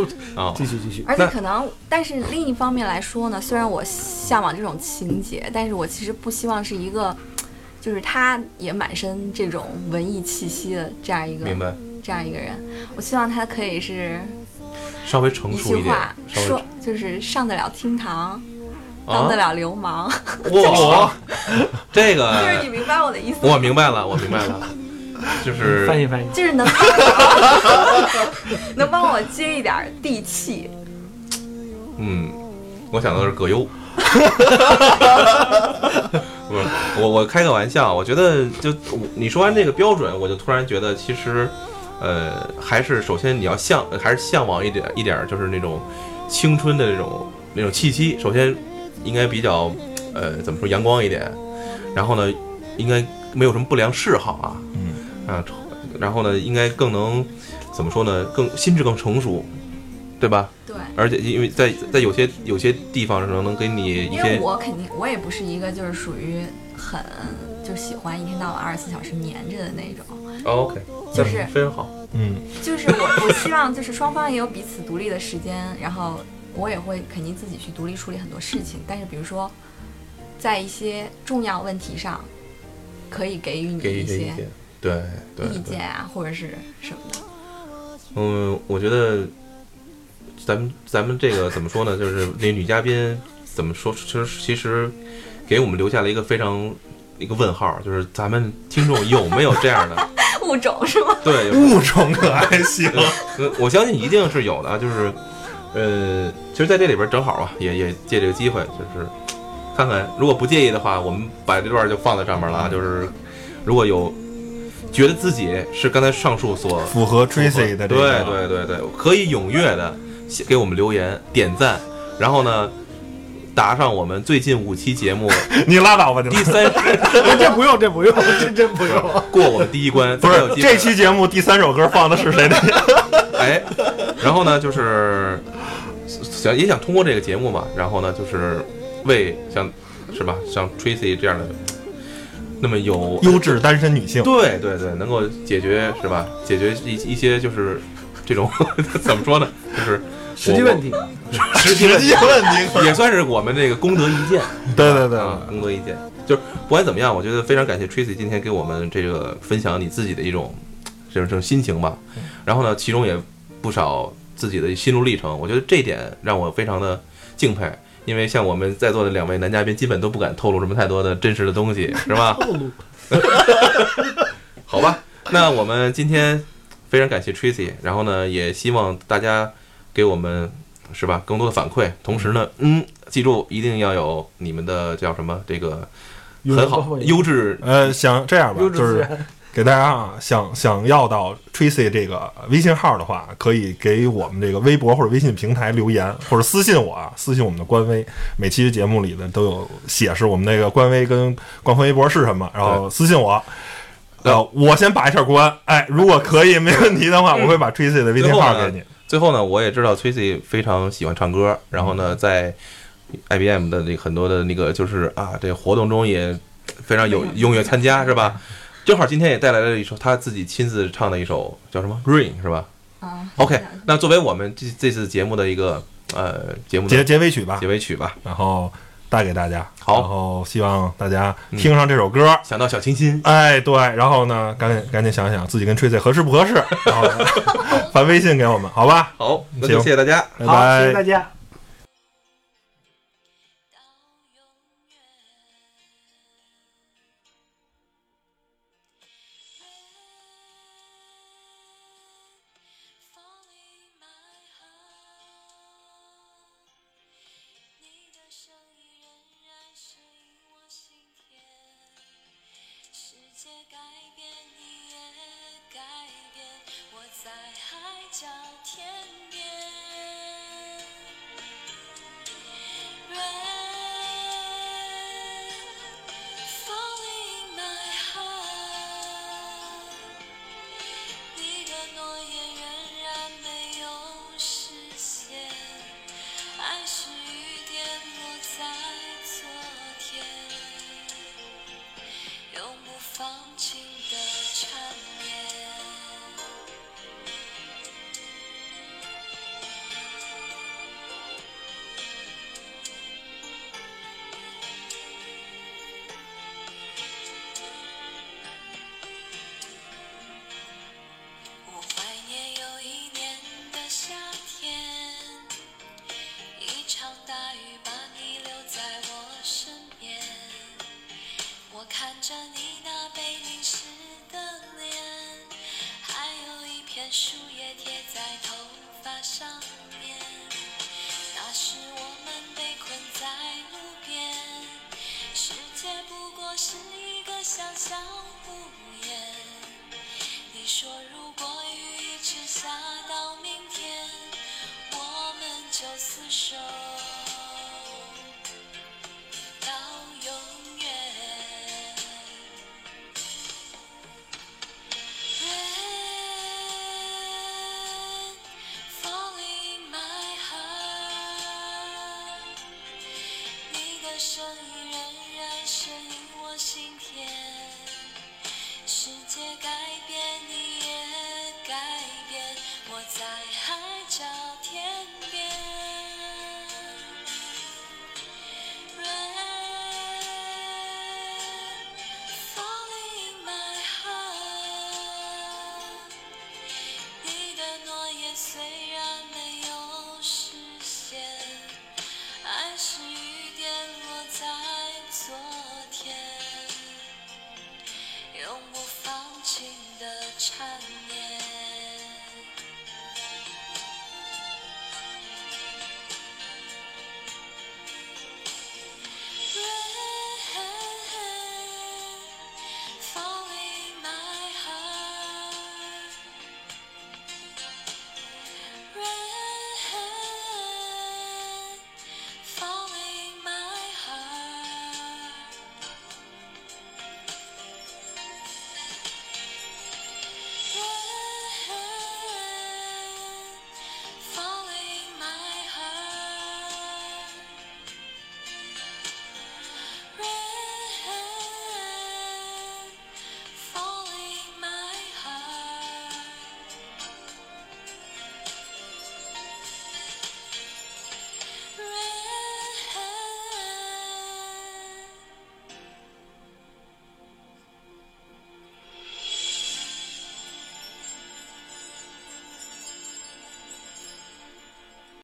[SPEAKER 5] 的。
[SPEAKER 2] 啊。
[SPEAKER 5] 继续继续，
[SPEAKER 4] 而且
[SPEAKER 2] 那
[SPEAKER 4] 可能，但是另一方面来说呢，虽然我向往这种情节，但是我其实不希望是一个，就是他也满身这种文艺气息的这样一个
[SPEAKER 2] 明白，
[SPEAKER 4] 这样一个人。我希望他可以是
[SPEAKER 2] 稍微成
[SPEAKER 4] 一
[SPEAKER 2] 熟
[SPEAKER 4] 句
[SPEAKER 2] 一点
[SPEAKER 4] 话，
[SPEAKER 2] 稍微
[SPEAKER 4] 说，就是上得了厅堂，当
[SPEAKER 2] 啊
[SPEAKER 4] 得，了流氓，
[SPEAKER 2] 哇，这
[SPEAKER 4] 就是
[SPEAKER 2] 个
[SPEAKER 4] 你明白我的意思吗？
[SPEAKER 2] 我明白了，我明白了，就是
[SPEAKER 5] 翻译翻译。
[SPEAKER 4] 就是能帮我 能帮我接一点儿地气，
[SPEAKER 2] 嗯，我想到的是葛优。不是我，我开个玩笑，我觉得就我你说完这个标准，我就突然觉得其实，呃，还是首先你要向还是向往一点一点，就是那种青春的那种那种气息。首先应该比较呃怎么说阳光一点，然后呢，应该没有什么不良嗜好啊，嗯啊，然后呢，应该更能怎么说呢，更心智更成熟，对吧？
[SPEAKER 4] 对。
[SPEAKER 2] 而且因为在在有些有些地方上能给你一
[SPEAKER 4] 因为
[SPEAKER 2] 些
[SPEAKER 4] 我肯定我也不是一个就是属于很就喜欢一天到晚二十四小时黏着的那种，
[SPEAKER 2] 哦 OK，
[SPEAKER 4] 就是
[SPEAKER 2] 非常好，
[SPEAKER 3] 嗯，
[SPEAKER 4] 就是我我希望就是双方也有彼此独立的时间，然后我也会肯定自己去独立处理很多事情，但是比如说在一些重要问题上，可以给予你
[SPEAKER 2] 给予
[SPEAKER 4] 一
[SPEAKER 2] 一些
[SPEAKER 4] 些
[SPEAKER 2] 意见，对对
[SPEAKER 4] 意
[SPEAKER 2] 对
[SPEAKER 4] 见，啊或者是什么的，
[SPEAKER 2] 嗯，我觉得咱们咱们这个怎么说呢？就是那女嘉宾怎么说？其实其实给我们留下了一个非常一个问号，就是咱们听众有没有这样的？
[SPEAKER 4] 物种是吗？
[SPEAKER 2] 对，有
[SPEAKER 3] 物种可还行，
[SPEAKER 2] 呃我相信一定是有的，啊，就是，呃，其实在这里边正好啊，也也借这个机会，就是看看，如果不介意的话，我们把这段就放在上面了啊，就是如果有觉得自己是刚才上述所
[SPEAKER 3] 符合 Tracy 的这个，
[SPEAKER 2] 对对对对，可以踊跃的给我们留言点赞，然后呢。打上我们最近五期节目
[SPEAKER 3] 对，你拉倒吧，你
[SPEAKER 2] 第
[SPEAKER 3] 们。
[SPEAKER 2] 三十
[SPEAKER 5] 这不用，这不用，这真不用。
[SPEAKER 2] 过我们第一关，
[SPEAKER 3] 不
[SPEAKER 2] 才有
[SPEAKER 3] 是
[SPEAKER 2] 机会
[SPEAKER 3] 这期节目第三首歌放的是 谁的？
[SPEAKER 2] 哎，然后呢，就是想也想通过这个节目嘛，然后呢，就是为像是吧，像 Tracy 这样的那么有
[SPEAKER 3] 优质单身女性，
[SPEAKER 2] 对对对，能够解决是吧？解决一一些就是这种 怎么说呢，就是
[SPEAKER 5] 实际问题，
[SPEAKER 2] 实际问题
[SPEAKER 3] 问题
[SPEAKER 2] 也算是我们这个功德一件。
[SPEAKER 3] 对对对，
[SPEAKER 2] 啊，工作意见。就是不管怎么样，我觉得非常感谢 Tracy 今天给我们这个分享你自己的一种这种这种心情吧。然后呢，其中也不少自己的心路历程，我觉得这一点让我非常的敬佩。因为像我们在座的两位男嘉宾，基本都不敢透露什么太多的真实的东西，是吧？ 好吧，那我们今天非常感谢 Tracy，然后呢，也希望大家给我们是吧更多的反馈，同时呢，嗯，记住一定要有你们的叫什么这个很好优质
[SPEAKER 3] 呃，想这样吧，
[SPEAKER 5] 优质
[SPEAKER 3] 就
[SPEAKER 5] 资
[SPEAKER 3] 是
[SPEAKER 5] 源，
[SPEAKER 3] 给大家啊，想想要到 Tracy 这个微信号的话，可以给我们这个微博或者微信平台留言，或者私信我啊，私信我们的官微。每期节目里呢都有显示我们那个官微跟官方微博是什么，然后私信我。呃，我先把一下关，哎，如果可以没问题的话，我会把 Tracy 的微信号给你。
[SPEAKER 2] 嗯最啊后呢，我也知道 Tracy 非常喜欢唱歌，然后
[SPEAKER 3] 嗯
[SPEAKER 2] 呢，在 IBM 的那个很多的那个就是啊，这个活动中也非常有踊跃参加，是吧？正好今天也带来了一首他自己亲自唱的一首叫什么《Rain》，是吧
[SPEAKER 4] 啊
[SPEAKER 2] ？OK，那作为我们这这次节目的一个呃节目的
[SPEAKER 3] 结结尾曲吧
[SPEAKER 2] 结，尾曲吧，
[SPEAKER 3] 然后带给大家。
[SPEAKER 2] 好
[SPEAKER 3] 然后希望大家听上这首歌。
[SPEAKER 2] 想到小清新，
[SPEAKER 3] 哎，对，然后呢，赶紧赶紧想想自己跟 Tracy 合适不合适，然后呢发微信给我们，好吧？
[SPEAKER 2] 好，那就
[SPEAKER 3] 行
[SPEAKER 2] 谢谢大家。
[SPEAKER 3] 拜
[SPEAKER 5] 好，谢
[SPEAKER 3] 拜
[SPEAKER 5] 谢。大家。
[SPEAKER 6] Falling my heart，你的声音仍然是引我心田。世界改变，你也改变，我在海角天边。Rain 放晴的缠绵。我怀念有一年的夏天，一场大雨把你留在我身边。我看着你那被淋湿的脸，还有一片树叶贴在头发上面。那时我们被困在路边，世界不过是一个想象屋檐。你说如果雨一直下到明天，我们就厮守到永远。Rain falling in my heart，你的声音仍然深印我心田。世界改变